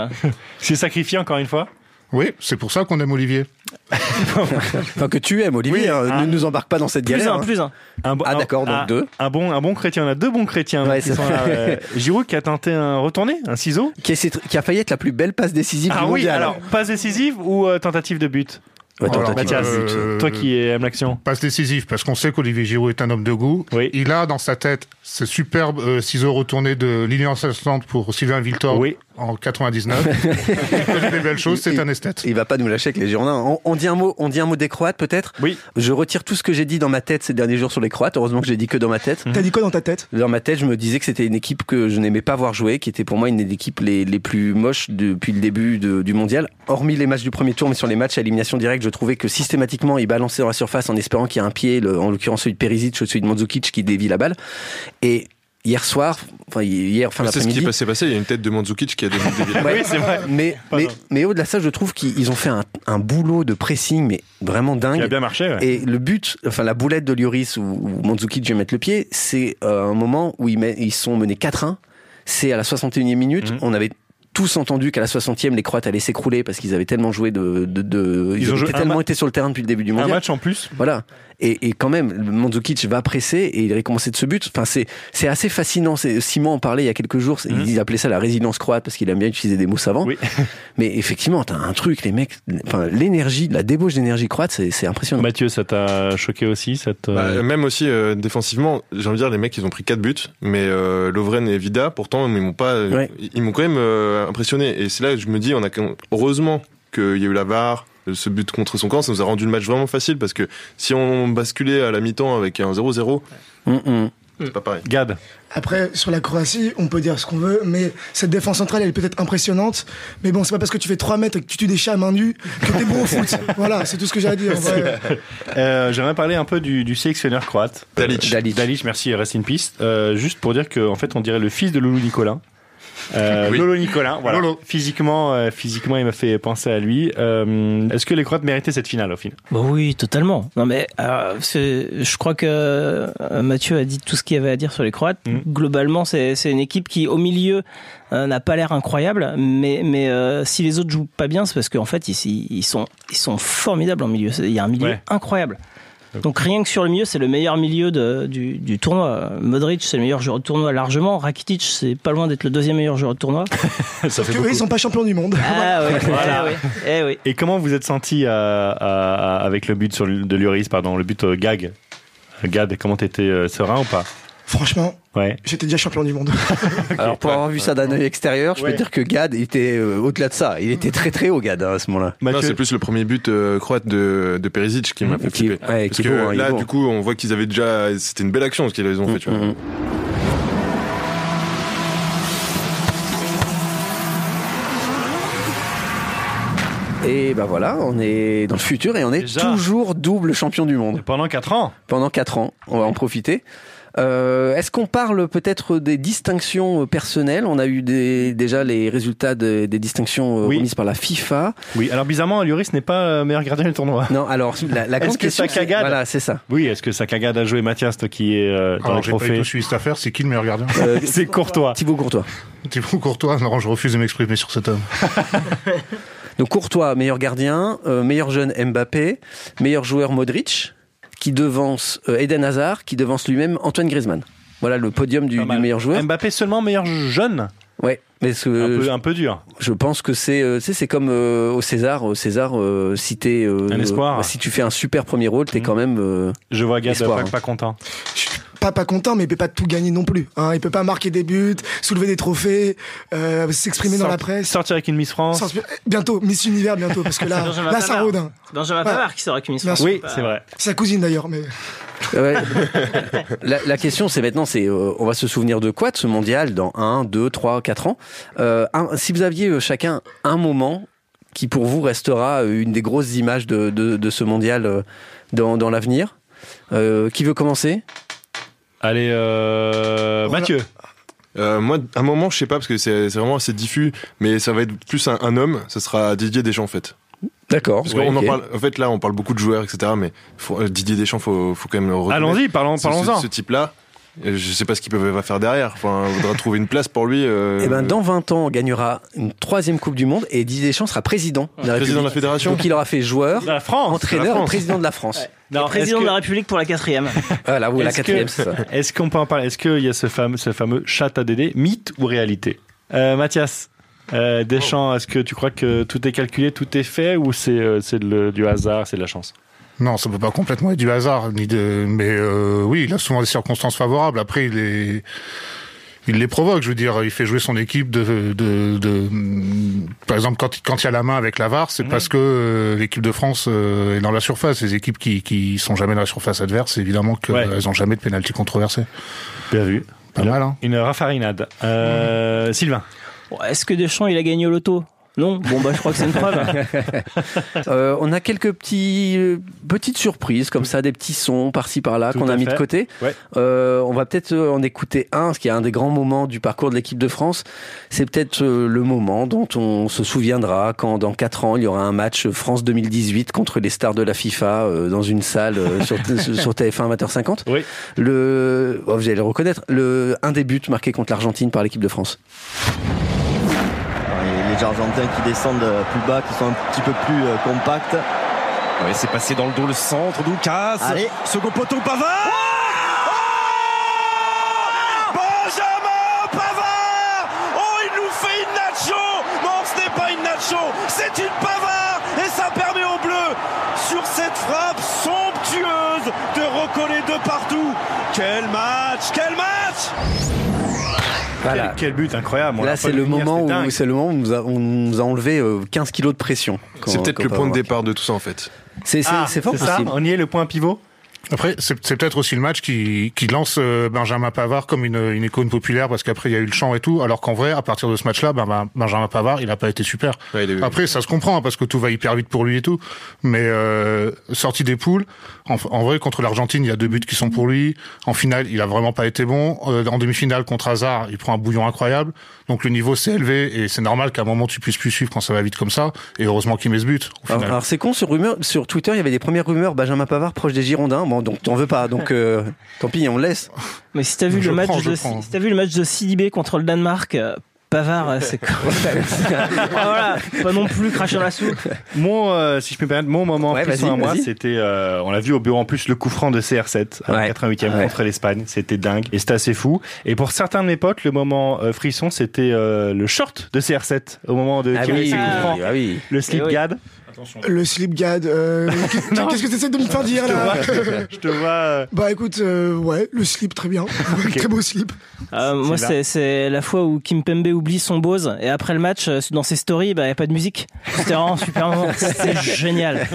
[SPEAKER 3] C'est sacrifié encore une fois.
[SPEAKER 5] Oui, c'est pour ça qu'on aime Olivier.
[SPEAKER 4] Enfin, que tu aimes, Olivier.
[SPEAKER 3] Oui,
[SPEAKER 4] hein,
[SPEAKER 3] ah.
[SPEAKER 4] ne nous embarque pas dans cette
[SPEAKER 8] Plus
[SPEAKER 4] galère.
[SPEAKER 8] un,
[SPEAKER 4] hein.
[SPEAKER 8] plus un.
[SPEAKER 3] Un bon-
[SPEAKER 4] Ah,
[SPEAKER 3] un-
[SPEAKER 4] d'accord, donc
[SPEAKER 3] un-
[SPEAKER 4] deux.
[SPEAKER 3] Un bon, un bon chrétien. On a deux bons chrétiens.
[SPEAKER 4] Ouais,
[SPEAKER 3] qui
[SPEAKER 4] c'est
[SPEAKER 3] sont
[SPEAKER 4] vrai.
[SPEAKER 3] là, euh, Giroud qui a tenté un retourné, un ciseau.
[SPEAKER 4] Qui, est- qui a failli être la plus belle passe décisive
[SPEAKER 3] Ah
[SPEAKER 4] du
[SPEAKER 3] oui,
[SPEAKER 4] mondial.
[SPEAKER 3] alors passe décisive ou euh, tentative de but
[SPEAKER 4] Ouais, attends,
[SPEAKER 5] Alors,
[SPEAKER 4] attends,
[SPEAKER 3] Bah, Mathias,
[SPEAKER 4] attends.
[SPEAKER 5] Euh,
[SPEAKER 3] Toi qui aimes l'action.
[SPEAKER 5] Passe décisive, parce qu'on sait qu'Olivier Giroud est un homme de goût.
[SPEAKER 3] Oui.
[SPEAKER 5] Il a dans sa tête ce superbe euh, ciseau retourné de Lilian Salsland pour Sylvain Viltor
[SPEAKER 3] Oui.
[SPEAKER 5] en 99. il connaît des belles choses, c'est un esthète.
[SPEAKER 4] Il va pas nous lâcher avec les Girondins. On, on dit un mot, on dit un mot des Croates peut-être.
[SPEAKER 3] Oui.
[SPEAKER 4] Je retire tout ce que j'ai dit dans ma tête ces derniers jours sur les Croates. Heureusement que j'ai dit que dans ma tête.
[SPEAKER 6] T'as dit quoi dans ta tête
[SPEAKER 4] Dans ma tête, je me disais que c'était une équipe que je n'aimais pas voir jouer, qui était pour moi une des équipes les, les plus moches depuis le début de- du mondial. Hormis les matchs du premier tour, mais sur les matchs à élimination directe, je trouvais que systématiquement, ils balançaient dans la surface en espérant qu'il y a un pied, le- en l'occurrence celui de Perisic ou celui de Mandzukic qui dévie la balle. Et hier soir, enfin hier fin
[SPEAKER 7] C'est ce qui
[SPEAKER 4] d'après-midi,
[SPEAKER 7] s'est passé, passé, il y a une tête de Mandzukic qui a dévié. dévié.
[SPEAKER 4] Ouais.
[SPEAKER 3] Oui, c'est vrai.
[SPEAKER 4] Mais, mais,
[SPEAKER 3] Pardon.
[SPEAKER 4] mais au-delà de ça, je trouve qu'ils ils ont fait un, un boulot de pressing, mais vraiment
[SPEAKER 3] Il a
[SPEAKER 4] dingue.
[SPEAKER 3] bien marché. ouais.
[SPEAKER 4] Et le but, enfin la boulette de Lloris ou, ou Mandzukic, je vais mettre le pied, c'est euh, un moment où ils, met- ils sont menés 4-1. C'est à la 61e minute.
[SPEAKER 3] Mhm.
[SPEAKER 4] On avait tous entendu qu'à la 60e, les Croates allaient s'écrouler parce qu'ils avaient tellement joué de. de- de-
[SPEAKER 3] Ils
[SPEAKER 4] ils,
[SPEAKER 3] ont joué
[SPEAKER 4] étaient
[SPEAKER 3] un
[SPEAKER 4] tellement
[SPEAKER 3] ma-
[SPEAKER 4] été sur le terrain depuis le début du
[SPEAKER 3] Un
[SPEAKER 4] mondial.
[SPEAKER 3] match en plus.
[SPEAKER 4] Voilà. Et, et quand même, Mandzukic va presser et il est récompensé de ce but. Enfin, c'est c'est assez fascinant. C'est- Simon en parlait il y a quelques jours.
[SPEAKER 3] Mhm.
[SPEAKER 4] Il appelait ça la résilience croate parce qu'il aime bien utiliser des mots savants.
[SPEAKER 3] Oui.
[SPEAKER 4] Mais effectivement, t'as un truc, les mecs. Enfin, l'énergie, la débauche d'énergie croate, c'est c'est impressionnant.
[SPEAKER 3] Mathieu, ça t'a choqué aussi cette.
[SPEAKER 7] Bah, même aussi euh, défensivement, j'ai envie de dire les mecs ils ont pris 4 buts, mais euh, Lovren et Vida pourtant ils m'ont pas,
[SPEAKER 4] Ouais.
[SPEAKER 7] ils m'ont quand même euh, impressionné. Et c'est là que je me dis on a quand- heureusement qu'il y a eu la VAR, ce but contre son camp, ça nous a rendu le match vraiment facile parce que si on basculait à la mi-temps avec un 0-0,
[SPEAKER 4] Mhm, mhm.
[SPEAKER 7] c'est pas pareil.
[SPEAKER 3] Gad.
[SPEAKER 6] Après, sur la Croatie, on peut dire ce qu'on veut, mais cette défense centrale, elle est peut-être impressionnante. Mais bon, c'est pas parce que tu fais 3 mètres et que tu tues des chats à main nue que t'es bon au foot. Voilà, c'est tout ce que j'ai à dire. en vrai.
[SPEAKER 3] Euh, J'aimerais parler un peu du, du sélectionneur croate.
[SPEAKER 7] Dalic.
[SPEAKER 4] Euh, Dalic.
[SPEAKER 3] Dalic, merci, rest in peace. Euh, juste pour dire qu'en en fait, on dirait le fils de Loulou Nicolas. Euh,
[SPEAKER 7] Oui.
[SPEAKER 3] Lolo Nicolas, voilà.
[SPEAKER 5] Lolo.
[SPEAKER 3] Physiquement, euh, physiquement, il m'a fait penser à lui. Euh, Est-ce que les Croates méritaient cette finale au final
[SPEAKER 8] Bah oui, totalement. Non mais euh, c'est- je crois que euh, Mathieu a dit tout ce qu'il y avait à dire sur les Croates.
[SPEAKER 3] Mhm.
[SPEAKER 8] Globalement, c'est c'est une équipe qui, au milieu, euh, n'a pas l'air incroyable, mais mais euh, si les autres jouent pas bien, c'est parce qu'en fait ils, ils sont ils sont formidables en milieu. C'est- Il y a un milieu
[SPEAKER 3] Ouais.
[SPEAKER 8] incroyable. Donc rien que sur le milieu, c'est le meilleur milieu de- du, du tournoi. Modric, c'est le meilleur joueur de tournoi largement. Rakitic, c'est pas loin d'être le deuxième meilleur joueur de tournoi.
[SPEAKER 3] Ça
[SPEAKER 6] Parce que eux, ils sont pas champions du monde.
[SPEAKER 8] Ah ouais,
[SPEAKER 3] Voilà.
[SPEAKER 8] eh oui, eh oui.
[SPEAKER 3] Et comment vous êtes senti à- à- à- avec le but sur, l- de Lloris, pardon, le but euh, gag Gad, comment t'étais euh, serein ou pas
[SPEAKER 6] Franchement,
[SPEAKER 3] Ouais.
[SPEAKER 6] j'étais déjà champion du monde.
[SPEAKER 4] Alors pour avoir vu ça d'un œil extérieur, je
[SPEAKER 3] Ouais.
[SPEAKER 4] peux dire que Gad était euh, au-delà de ça. Il était très très haut Gad hein, à ce moment-là.
[SPEAKER 7] Non,
[SPEAKER 3] Mathieu,
[SPEAKER 7] c'est plus le premier but euh, croate de, de Perisic qui m'a fait
[SPEAKER 4] Mm. Qui-
[SPEAKER 7] flipper.
[SPEAKER 4] ouais,
[SPEAKER 7] Parce
[SPEAKER 4] qui est
[SPEAKER 7] que
[SPEAKER 4] beau, hein, il est
[SPEAKER 7] là,
[SPEAKER 4] beau.
[SPEAKER 7] du coup, on voit qu'ils avaient déjà. C'était une belle action ce qu'ils ont fait. tu vois.
[SPEAKER 4] Mhm. Et ben voilà, on est dans le futur et on est
[SPEAKER 3] Déjà.
[SPEAKER 4] toujours double champion du monde
[SPEAKER 3] pendant 4 ans
[SPEAKER 4] pendant 4 ans. On va en profiter. Euh, Est-ce qu'on parle peut-être des distinctions euh, personnelles On a eu des- déjà les résultats de- des distinctions euh,
[SPEAKER 3] Oui.
[SPEAKER 4] remises par la FIFA.
[SPEAKER 3] Oui, alors bizarrement, Lloris n'est pas euh, meilleur gardien du tournoi.
[SPEAKER 4] Non, alors la, la
[SPEAKER 3] Est-ce
[SPEAKER 4] grande
[SPEAKER 3] que
[SPEAKER 4] question,
[SPEAKER 3] Saka
[SPEAKER 4] c'est-
[SPEAKER 3] gagne
[SPEAKER 4] voilà, c'est ça.
[SPEAKER 3] Oui, est-ce que Sakagad a joué Mathias, toi qui est euh, dans
[SPEAKER 5] Alors,
[SPEAKER 3] les
[SPEAKER 5] Ah, j'ai pas eu
[SPEAKER 3] trophées
[SPEAKER 5] tout suivi cette affaire, c'est qui le meilleur gardien
[SPEAKER 4] Euh,
[SPEAKER 3] C'est Courtois.
[SPEAKER 4] Thibaut Courtois.
[SPEAKER 5] Thibaut Courtois, non, je refuse de m'exprimer sur cet homme.
[SPEAKER 4] Donc Courtois, meilleur gardien, euh, meilleur jeune Mbappé, meilleur joueur Modric, qui devance euh, Eden Hazard, qui devance lui-même Antoine Griezmann. Voilà le podium du,
[SPEAKER 3] Pas
[SPEAKER 4] du
[SPEAKER 3] mal.
[SPEAKER 4] meilleur joueur.
[SPEAKER 3] Mbappé seulement meilleur jeune
[SPEAKER 4] Ouais, mais ce,
[SPEAKER 3] un, peu,
[SPEAKER 4] Euh,
[SPEAKER 3] hein.
[SPEAKER 4] je,
[SPEAKER 3] un peu dur.
[SPEAKER 4] je pense que c'est euh, tu sais, c'est comme euh, au César, au César euh, si t'es euh,
[SPEAKER 3] Un espoir.
[SPEAKER 4] euh, si tu fais un super premier rôle, t'es
[SPEAKER 3] Mhm.
[SPEAKER 4] quand même euh,
[SPEAKER 3] Je vois Gad
[SPEAKER 4] Espoir,
[SPEAKER 3] pas,
[SPEAKER 4] hein.
[SPEAKER 3] pas content.
[SPEAKER 6] Je suis pas pas content, mais il peut pas tout gagner non plus. hein. Il peut pas marquer des buts, soulever des trophées, euh, s'exprimer dans
[SPEAKER 3] Sort-
[SPEAKER 6] la presse.
[SPEAKER 3] Sortir avec une Miss France.
[SPEAKER 6] Sans- Bientôt, Miss Univers, bientôt, parce que là,
[SPEAKER 8] Benjamin
[SPEAKER 6] là ça
[SPEAKER 8] Pavard.
[SPEAKER 6] rôde. hein.
[SPEAKER 8] C'est Benjamin
[SPEAKER 6] Ouais.
[SPEAKER 8] Pavard qui sera qu'une
[SPEAKER 6] Bien sûr.
[SPEAKER 3] Oui, c'est vrai.
[SPEAKER 6] C'est sa cousine d'ailleurs, mais
[SPEAKER 4] Ouais. la, la question, c'est maintenant, c'est euh, on va se souvenir de quoi de ce mondial dans 1, 2, 3, 4 ans Euh, un- Si vous aviez euh, chacun un moment qui pour vous restera euh, une des grosses images de, de, de ce mondial euh, dans, dans l'avenir, euh, qui veut commencer
[SPEAKER 3] Allez, euh,
[SPEAKER 6] Voilà.
[SPEAKER 3] Mathieu.
[SPEAKER 7] Euh, moi, un moment, je sais pas, parce que c'est c'est vraiment assez diffus, mais ça va être plus un, un homme, ça sera Didier Deschamps, en fait.
[SPEAKER 4] D'accord.
[SPEAKER 7] Parce
[SPEAKER 4] Ouais,
[SPEAKER 7] qu'on
[SPEAKER 4] ok.
[SPEAKER 7] en parle, en fait, là, on parle beaucoup de joueurs, etc., mais faut- euh, Didier Deschamps, faut, faut quand même le reconnaître.
[SPEAKER 3] Allons-y, parlons-
[SPEAKER 7] Ce- ce-
[SPEAKER 3] parlons-en.
[SPEAKER 7] Ce, type-là, euh, je sais pas ce qu'il peut- va faire derrière. Enfin, il faudra trouver une place pour lui. euh,
[SPEAKER 4] Eh ben, dans 20 ans, on gagnera une troisième Coupe du Monde et Didier Deschamps sera président de la
[SPEAKER 7] président de la
[SPEAKER 4] République.
[SPEAKER 7] fédération.
[SPEAKER 4] Donc il aura fait joueur,
[SPEAKER 3] La France.
[SPEAKER 4] entraîneur,
[SPEAKER 7] France.
[SPEAKER 4] président de la France.
[SPEAKER 3] Non,
[SPEAKER 8] Président
[SPEAKER 3] est-ce
[SPEAKER 8] de
[SPEAKER 3] que-
[SPEAKER 8] la République pour la quatrième.
[SPEAKER 4] Voilà, ou la
[SPEAKER 3] Est-ce que-
[SPEAKER 4] quatrième, c'est ça.
[SPEAKER 3] Est-ce qu'on peut en parler Est-ce qu'il y a ce fameux, ce fameux chat à Dédé, mythe ou réalité Euh, Mathias, euh,
[SPEAKER 4] Oh.
[SPEAKER 3] Deschamps, est-ce que tu crois que tout est calculé, tout est fait ou c'est euh, c'est de le- du hasard, c'est de la chance
[SPEAKER 5] Non, ça peut pas complètement être du hasard, ni de. Mais euh, oui, il a souvent des circonstances favorables. Après, il les, il les provoque. Je veux dire, il fait jouer son équipe de, de, de- par exemple, quand quand il y a la main avec l'avare,
[SPEAKER 3] Mhm.
[SPEAKER 5] c'est parce que euh, l'équipe de France euh, est dans la surface. Les équipes qui qui sont jamais dans la surface adverse, évidemment qu'elles
[SPEAKER 3] Ouais.
[SPEAKER 5] n'ont jamais de pénalty controversé.
[SPEAKER 3] Bien vu.
[SPEAKER 5] Pas mal, hein.
[SPEAKER 3] Une raffarinade. Euh, Sylvain.
[SPEAKER 8] Bon, Est-ce que Deschamps, il a gagné au loto Non Bon, bah, je crois que c'est une preuve.
[SPEAKER 4] Euh, on a quelques petits, euh, petites surprises comme ça, des petits sons par-ci par-là
[SPEAKER 3] Tout
[SPEAKER 4] qu'on
[SPEAKER 3] à
[SPEAKER 4] a mis
[SPEAKER 3] fait.
[SPEAKER 4] de côté.
[SPEAKER 3] Ouais.
[SPEAKER 4] Euh, on va peut-être euh, en écouter un, parce qu'il y a un des grands moments du parcours de l'équipe de France. C'est peut-être euh, le moment dont on se souviendra quand dans quatre ans il y aura un match France 2018 contre les stars de la FIFA euh, dans une salle euh, sur, sur TF1 20h50.
[SPEAKER 3] Oui.
[SPEAKER 4] Le, oh, vous allez le reconnaître, le un des buts marqué contre l'Argentine par l'équipe de France.
[SPEAKER 9] Il Argentins qui descendent euh, plus bas, qui sont un petit peu plus euh, compacts.
[SPEAKER 10] Ouais, c'est passé dans le dos le centre, Doukas.
[SPEAKER 9] Allez.
[SPEAKER 10] Second poteau, Pavard Oh Benjamin Pavard Oh, il nous fait une nacho Non, ce n'est pas une nacho, c'est une Pavard Et ça permet aux Bleus, sur cette frappe somptueuse, de recoller de partout. Quel match Ah, Quel match
[SPEAKER 4] Voilà.
[SPEAKER 3] Quel, quel but incroyable. on
[SPEAKER 4] Là,
[SPEAKER 3] l'a pas
[SPEAKER 4] c'est
[SPEAKER 3] vu
[SPEAKER 4] le,
[SPEAKER 3] venir,
[SPEAKER 4] moment
[SPEAKER 3] c'est dingue.
[SPEAKER 4] où c'est le moment où on nous a, on nous a enlevé euh, 15 kilos de pression.
[SPEAKER 7] C'est
[SPEAKER 4] Quand-
[SPEAKER 7] peut-être
[SPEAKER 4] quand
[SPEAKER 7] le
[SPEAKER 4] on
[SPEAKER 7] point de
[SPEAKER 4] va voir.
[SPEAKER 7] départ de tout ça en fait.
[SPEAKER 4] C'est c'est-
[SPEAKER 3] Ah,
[SPEAKER 4] c'est fort
[SPEAKER 3] c'est ça,
[SPEAKER 4] possible.
[SPEAKER 3] on y est, le point pivot
[SPEAKER 5] Après, c'est c'est peut-être aussi le match qui, qui lance euh, Benjamin Pavard comme une, une icône populaire parce qu'après il y a eu le chant et tout, alors qu'en vrai, à partir de ce match-là, ben, ben, Benjamin Pavard, il n'a pas été super.
[SPEAKER 7] Ouais, il est-
[SPEAKER 5] Après, ça se comprend hein, parce que tout va hyper vite pour lui et tout, mais euh, sorti des poules, en, en vrai, contre l'Argentine, il y a deux buts qui sont pour lui. En finale, il a vraiment pas été bon. Euh, en demi-finale, contre Hazard, il prend un bouillon incroyable. Donc le niveau s'est élevé et c'est normal qu'à un moment tu puisses plus suivre quand ça va vite comme ça. Et heureusement qu'il met ce but.
[SPEAKER 7] Ah,
[SPEAKER 5] Au
[SPEAKER 4] Alors,
[SPEAKER 5] final.
[SPEAKER 4] alors, c'est con sur rumeur, sur Twitter, il y avait des premières rumeurs Benjamin Pavard proche des Girondins. Bon, donc t'en veux pas, donc euh, tant pis, on le laisse.
[SPEAKER 3] Ah
[SPEAKER 8] Mais si t'as vu
[SPEAKER 5] Je
[SPEAKER 8] le match
[SPEAKER 5] prends, je
[SPEAKER 8] de
[SPEAKER 5] prends.
[SPEAKER 8] si t'as vu le match de Sidibé contre le Danemark, euh, Pavard, euh, c'est quoi Ah, voilà, pas non plus cracher dans la soupe.
[SPEAKER 3] Mon, euh, si je peux me permettre, mon moment
[SPEAKER 4] Ouais,
[SPEAKER 3] frisson
[SPEAKER 4] vas-y,
[SPEAKER 3] à moi,
[SPEAKER 4] vas-y.
[SPEAKER 3] c'était, euh, on l'a vu au bureau en plus, le coup franc de CR7 à la
[SPEAKER 4] Ouais.
[SPEAKER 3] 88e
[SPEAKER 4] Ouais.
[SPEAKER 3] euh, contre l'Espagne. C'était dingue et c'était assez fou. Et pour certains de mes potes, le moment euh, frisson, c'était euh, le short de CR7 au moment de tirer ses coups francs.
[SPEAKER 4] ah oui.
[SPEAKER 3] Le slip
[SPEAKER 8] Eh oui.
[SPEAKER 3] gad.
[SPEAKER 6] Le slip gad. euh, qu'est- Qu'est-ce que t'essaies de me faire dire là
[SPEAKER 3] Je te vois. euh,
[SPEAKER 6] Bah écoute, euh, ouais, le slip très bien, très beau slip.
[SPEAKER 8] Euh, moi,
[SPEAKER 3] Sylvain.
[SPEAKER 8] c'est- c'est la fois où Kim Pembe oublie son Bose et après le match, euh, dans ses stories, bah y a pas de musique. C'était vraiment super moment. C'était génial.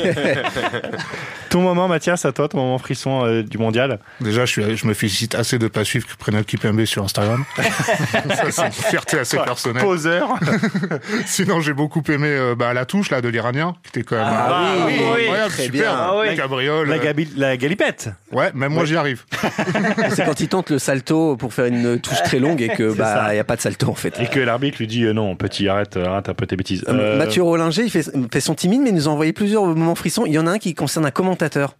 [SPEAKER 3] Ton moment, Mathias, à toi, ton moment frisson euh, du mondial.
[SPEAKER 5] Déjà, je, suis, je me félicite assez de pas suivre Prenal Kipembe sur Instagram. ça, c'est une fierté assez personnelle.
[SPEAKER 3] Poseur.
[SPEAKER 5] Sinon, j'ai beaucoup aimé euh, bah, la touche là de l'Iranien, qui était quand même
[SPEAKER 4] Ah
[SPEAKER 5] euh,
[SPEAKER 4] oui,
[SPEAKER 5] incroyable,
[SPEAKER 4] très
[SPEAKER 5] super.
[SPEAKER 4] bien.
[SPEAKER 8] Ah oui.
[SPEAKER 5] La cabriole.
[SPEAKER 3] La,
[SPEAKER 5] euh,
[SPEAKER 3] gabi- la galipette.
[SPEAKER 5] Ouais, même moi j'y arrive.
[SPEAKER 4] C'est quand il tente le salto pour faire une touche très longue et que bah
[SPEAKER 3] ça.
[SPEAKER 4] y a pas de salto en fait.
[SPEAKER 3] Et que l'arbitre lui dit euh, non, petit, arrête, arrête un peu tes bêtises.
[SPEAKER 4] Euh,
[SPEAKER 3] Euh,
[SPEAKER 4] Mathieu Rollinger, il fait, fait son timide, mais il nous a envoyé plusieurs moments frissons. Il y en a un qui concerne un commentateur.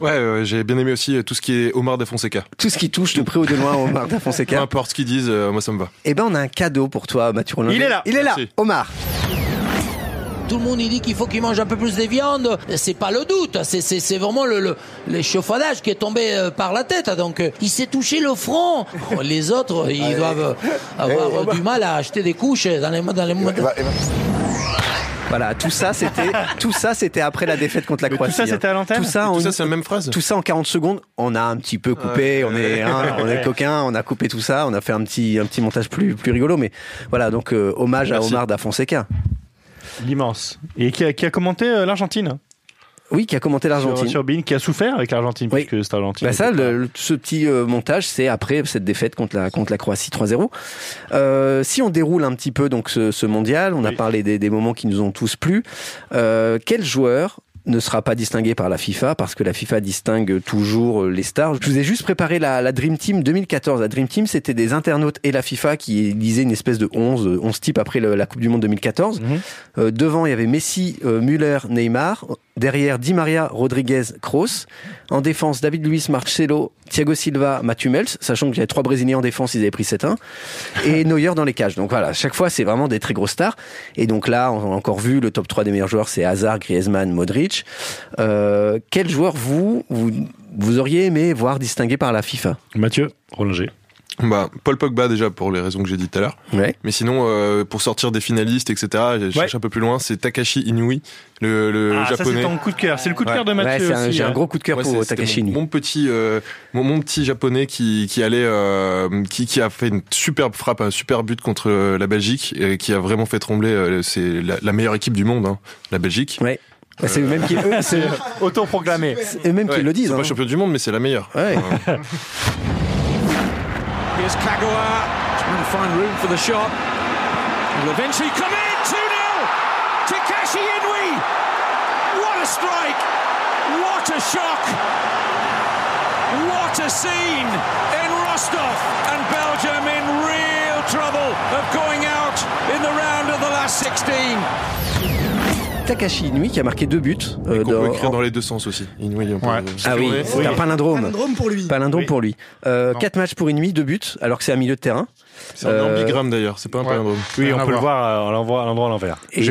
[SPEAKER 7] Ouais, ouais, j'ai bien aimé aussi euh, tout ce qui est Omar de Fonseca.
[SPEAKER 4] Tout ce qui touche de près ou de loin Omar da
[SPEAKER 7] Peu
[SPEAKER 4] Fonseca.
[SPEAKER 7] importe ce qu'ils disent, euh, moi ça me va.
[SPEAKER 4] Eh ben, on a un cadeau pour toi, Mathieu Rollinger.
[SPEAKER 3] Il est là.
[SPEAKER 4] Il est là,
[SPEAKER 7] Merci.
[SPEAKER 4] Omar.
[SPEAKER 11] Tout le monde il dit qu'il faut qu'il mange un peu plus de viande. C'est pas le doute, hein. c'est- c'est c'est vraiment le- le- l'échauffadage qui est tombé euh, par la tête. Donc euh, il s'est touché le front. Oh, Les autres, ils doivent euh, avoir euh, du mal à acheter des couches euh, dans les dans les
[SPEAKER 4] Voilà, tout ça, c'était, tout ça, c'était après la défaite contre la
[SPEAKER 3] tout
[SPEAKER 4] Croatie.
[SPEAKER 3] ça,
[SPEAKER 4] hein.
[SPEAKER 3] c'était à l'antenne
[SPEAKER 4] Tout ça, en
[SPEAKER 7] Tout
[SPEAKER 4] une-
[SPEAKER 7] ça, c'est la même phrase
[SPEAKER 4] tout ça en 40 secondes, on a un petit peu coupé, on est hein, on est coquin, on a coupé tout ça, on a fait un petit un petit montage plus plus rigolo mais voilà donc euh, hommage à
[SPEAKER 7] Merci.
[SPEAKER 4] Omar da Fonseca.
[SPEAKER 3] L'immense. Et qui a, qui a commenté euh, l'Argentine.
[SPEAKER 4] Oui, qui a commenté
[SPEAKER 3] Sur,
[SPEAKER 4] l'Argentine.
[SPEAKER 3] sur Bein, qui a souffert avec l'Argentine,
[SPEAKER 4] Oui.
[SPEAKER 3] puisque c'est l'Argentine.
[SPEAKER 4] Bah ça, le- le- ce petit euh, montage, c'est après cette défaite contre la, contre la Croatie 3-0. Euh, si on déroule un petit peu donc ce, ce mondial, on a
[SPEAKER 3] Oui.
[SPEAKER 4] parlé des, des moments qui nous ont tous plu. Euh, quel joueur ne sera pas distingué par la FIFA parce que la FIFA distingue toujours euh, les stars. Je vous ai juste préparé la, la Dream Team 2014. La Dream Team, c'était des internautes et la FIFA qui lisaient une espèce de 11, euh, 11 types après le- la Coupe du Monde 2014.
[SPEAKER 3] Mhm.
[SPEAKER 4] Euh, devant, il y avait Messi, euh, Müller, Neymar. Derrière, Di Maria, Rodriguez, Kroos. En défense, David Luiz, Marcelo, Thiago Silva, Mathieu Mels. Sachant qu'il y avait trois Brésiliens en défense, ils avaient pris 7-1. Et Neuer dans les cages. Donc voilà, chaque fois, c'est vraiment des très grosses stars. Et donc là, on a encore vu, le top 3 des meilleurs joueurs, c'est Hazard, Griezmann, Modric. Euh, quel joueur, vous, vous, vous auriez aimé voir distingué par la FIFA
[SPEAKER 3] Mathieu Rollinger.
[SPEAKER 7] Bah, Paul Pogba déjà pour les raisons que j'ai dites tout à l'heure.
[SPEAKER 4] Ouais.
[SPEAKER 7] Mais sinon, euh, pour sortir des finalistes, etc., je cherche un peu plus loin, c'est Takashi Inui, le, le
[SPEAKER 3] ah, ça, c'est
[SPEAKER 7] japonais.
[SPEAKER 3] ton coup de cœur. C'est le coup de
[SPEAKER 7] Ouais.
[SPEAKER 3] cœur de
[SPEAKER 4] Ouais,
[SPEAKER 3] Mathieu
[SPEAKER 4] c'est un-
[SPEAKER 3] aussi.
[SPEAKER 4] j'ai un
[SPEAKER 3] hein.
[SPEAKER 4] gros coup de cœur
[SPEAKER 7] Ouais,
[SPEAKER 4] pour
[SPEAKER 7] c'est- c'était
[SPEAKER 4] Takashi
[SPEAKER 7] mon,
[SPEAKER 4] Inui.
[SPEAKER 7] mon petit, euh, mon, mon petit japonais qui, qui allait, euh, qui, qui a fait une superbe frappe, un super but contre euh, la Belgique, et qui a vraiment fait trembler. euh, c'est la, la meilleure équipe du monde, hein, la Belgique.
[SPEAKER 4] Ouais. Ouais, C'est eux-mêmes qui, eux, c'est
[SPEAKER 3] Autoproclamé.
[SPEAKER 4] eux-mêmes qui
[SPEAKER 7] Ouais,
[SPEAKER 4] le disent.
[SPEAKER 7] C'est
[SPEAKER 4] hein.
[SPEAKER 7] pas champion du monde, mais c'est la meilleure. Euh,
[SPEAKER 4] Ouais.
[SPEAKER 10] Here's Kagawa trying to find room for the shot. Will eventually come in 2 0. Takashi Inui. What a strike. What a shock. What a scene in Rostov. And Belgium in real trouble of going out in the round of the last 16.
[SPEAKER 4] Takashi Inui qui a marqué deux buts. euh,
[SPEAKER 7] Qu'on peut
[SPEAKER 4] dans-
[SPEAKER 7] écrire dans les deux sens aussi. Inouï, on peut-
[SPEAKER 5] Ouais.
[SPEAKER 4] Ah oui, c'est un palindrome.
[SPEAKER 6] Palindrome pour lui.
[SPEAKER 4] Palindrome
[SPEAKER 3] Oui.
[SPEAKER 4] pour lui. Euh,
[SPEAKER 5] Non.
[SPEAKER 4] quatre matchs pour Inui, deux buts, alors que c'est un milieu de terrain.
[SPEAKER 7] C'est un
[SPEAKER 4] euh,
[SPEAKER 7] ambigramme d'ailleurs, c'est pas un palindrome.
[SPEAKER 3] Oui, on peut le voir euh, à l'endroit à l'endroit à l'envers.
[SPEAKER 4] Et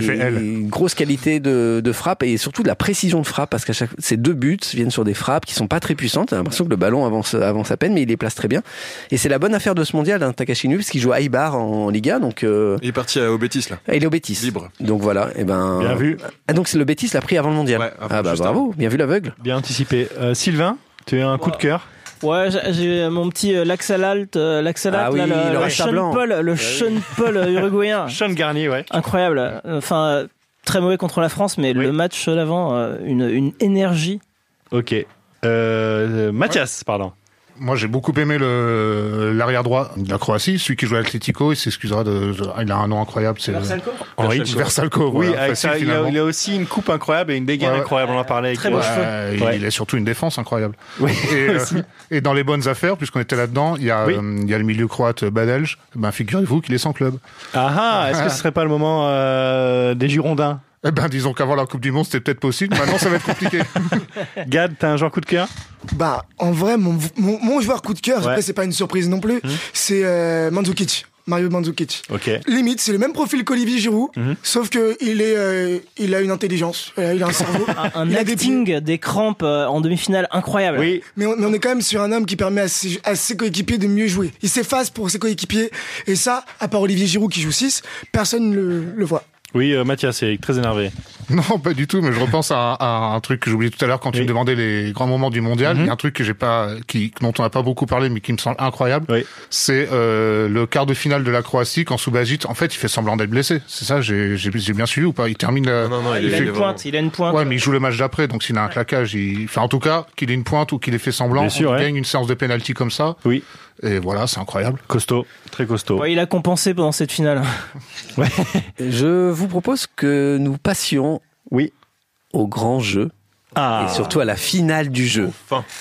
[SPEAKER 4] Grosse qualité de, de frappe et surtout de la précision de frappe parce que chaque, ces deux buts viennent sur des frappes qui sont pas très puissantes. T'as l'impression que le ballon avance, avance à peine, mais il les place très bien. Et c'est la bonne affaire de ce mondial, hein, Takashi Nui, parce qu'il joue à Ibar en, en Liga. Donc, euh,
[SPEAKER 7] Il est parti à- au Bétis là.
[SPEAKER 4] ah, il est au Bétis.
[SPEAKER 7] Libre.
[SPEAKER 4] Donc voilà, et ben.
[SPEAKER 3] Bien vu.
[SPEAKER 4] Ah, donc c'est le Bétis l'a pris avant le mondial.
[SPEAKER 7] Ouais, avant,
[SPEAKER 4] ah bah
[SPEAKER 7] juste
[SPEAKER 4] bravo, bien vu l'aveugle.
[SPEAKER 3] Bien anticipé. Euh, Sylvain, tu as un coup de cœur.
[SPEAKER 8] Ouais, j'ai- j'ai mon petit euh, Laxalalt, euh, Laxalalt,
[SPEAKER 4] Ah oui,
[SPEAKER 8] là,
[SPEAKER 4] le
[SPEAKER 8] le, le
[SPEAKER 4] rachat
[SPEAKER 8] Sean
[SPEAKER 4] blanc.
[SPEAKER 8] Paul, le Sean Paul euh, uruguayen.
[SPEAKER 3] Sean Garnier, ouais.
[SPEAKER 8] Incroyable. Enfin, euh, très mauvais contre la France, mais
[SPEAKER 3] Oui.
[SPEAKER 8] le match d'avant, euh, une, une énergie.
[SPEAKER 3] Ok. Euh, Mathias, pardon.
[SPEAKER 5] Moi, j'ai beaucoup aimé le l'arrière droit de la Croatie, celui qui joue à Atlético, il s'excusera de, de- ah, il a un nom incroyable, c'est
[SPEAKER 3] Henri.
[SPEAKER 5] Versalco.
[SPEAKER 3] Oui,
[SPEAKER 5] voilà,
[SPEAKER 3] avec
[SPEAKER 5] facile,
[SPEAKER 3] ça, il, a,
[SPEAKER 5] finalement.
[SPEAKER 3] il a aussi une coupe incroyable et une dégaine
[SPEAKER 5] Ouais, ouais.
[SPEAKER 3] incroyable. On en parlait avec
[SPEAKER 8] Très beau
[SPEAKER 3] euh,
[SPEAKER 8] cheveu.
[SPEAKER 5] Euh, il-
[SPEAKER 3] Ouais.
[SPEAKER 5] Il a surtout une défense incroyable.
[SPEAKER 3] Oui,
[SPEAKER 5] Et, euh,
[SPEAKER 3] aussi.
[SPEAKER 5] et dans les bonnes affaires, puisqu'on était là-dedans, il y a
[SPEAKER 3] Oui.
[SPEAKER 5] euh, il y a le milieu croate euh, Badelj. Ben figurez-vous qu'il est sans club.
[SPEAKER 3] Ah ah, est-ce que ce serait pas le moment euh, des Girondins
[SPEAKER 5] Eh ben disons qu'avant la Coupe du Monde, c'était peut-être possible. Maintenant, ça va être compliqué.
[SPEAKER 3] Gad, t'as un genre coup de cœur
[SPEAKER 6] Bah, en vrai, mon, mon, mon joueur coup de cœur,
[SPEAKER 3] Ouais.
[SPEAKER 6] après, c'est pas une surprise non plus,
[SPEAKER 8] Mhm.
[SPEAKER 6] c'est euh, Mandzukic, Mario Mandzukic.
[SPEAKER 3] Ok.
[SPEAKER 6] Limite, c'est le même profil qu'Olivier Giroud,
[SPEAKER 8] Mhm.
[SPEAKER 6] sauf que il est, euh, il a une intelligence, euh, il a un cerveau,
[SPEAKER 8] Un
[SPEAKER 6] il a des pieds.
[SPEAKER 8] acting des, crampes euh, en demi-finale incroyable.
[SPEAKER 3] Oui,
[SPEAKER 6] Mais on, mais on est quand même sur un homme qui permet à ses, à ses coéquipiers de mieux jouer. Il s'efface pour ses coéquipiers, et ça, à part Olivier Giroud qui joue 6, personne ne le, le voit.
[SPEAKER 3] oui, euh, Mathias est très énervé.
[SPEAKER 5] Non, pas du tout, mais je repense à, un- à un truc que j'oubliais tout à l'heure quand tu
[SPEAKER 3] Oui. Mhm.
[SPEAKER 5] me demandais les grands moments du mondial. Il y a un truc que j'ai pas, qui, dont on n'a pas beaucoup parlé, mais qui me semble incroyable.
[SPEAKER 3] Oui.
[SPEAKER 5] C'est euh, le quart de finale de la Croatie quand Subasic, en fait, il fait semblant d'être blessé. C'est ça, j'ai j'ai- j'ai bien suivi ou pas Il termine. la-
[SPEAKER 7] Non, non, il,
[SPEAKER 8] Il
[SPEAKER 7] est-
[SPEAKER 8] a
[SPEAKER 7] il est
[SPEAKER 8] une
[SPEAKER 7] vraiment-
[SPEAKER 8] pointe, il a une pointe.
[SPEAKER 5] Ouais, mais il joue le match d'après, donc s'il a un claquage, il... enfin, en tout cas, qu'il ait une pointe ou qu'il ait fait semblant,
[SPEAKER 3] Bien sûr,
[SPEAKER 5] on
[SPEAKER 3] ouais.
[SPEAKER 5] gagne une séance de penalty comme ça.
[SPEAKER 3] Oui,
[SPEAKER 5] Et voilà, c'est incroyable.
[SPEAKER 3] costaud, très costaud.
[SPEAKER 8] Ouais, il a compensé pendant cette finale.
[SPEAKER 4] Je vous propose que nous passions
[SPEAKER 3] Oui.
[SPEAKER 4] au grand jeu
[SPEAKER 3] Ah,
[SPEAKER 4] et surtout à la finale du jeu.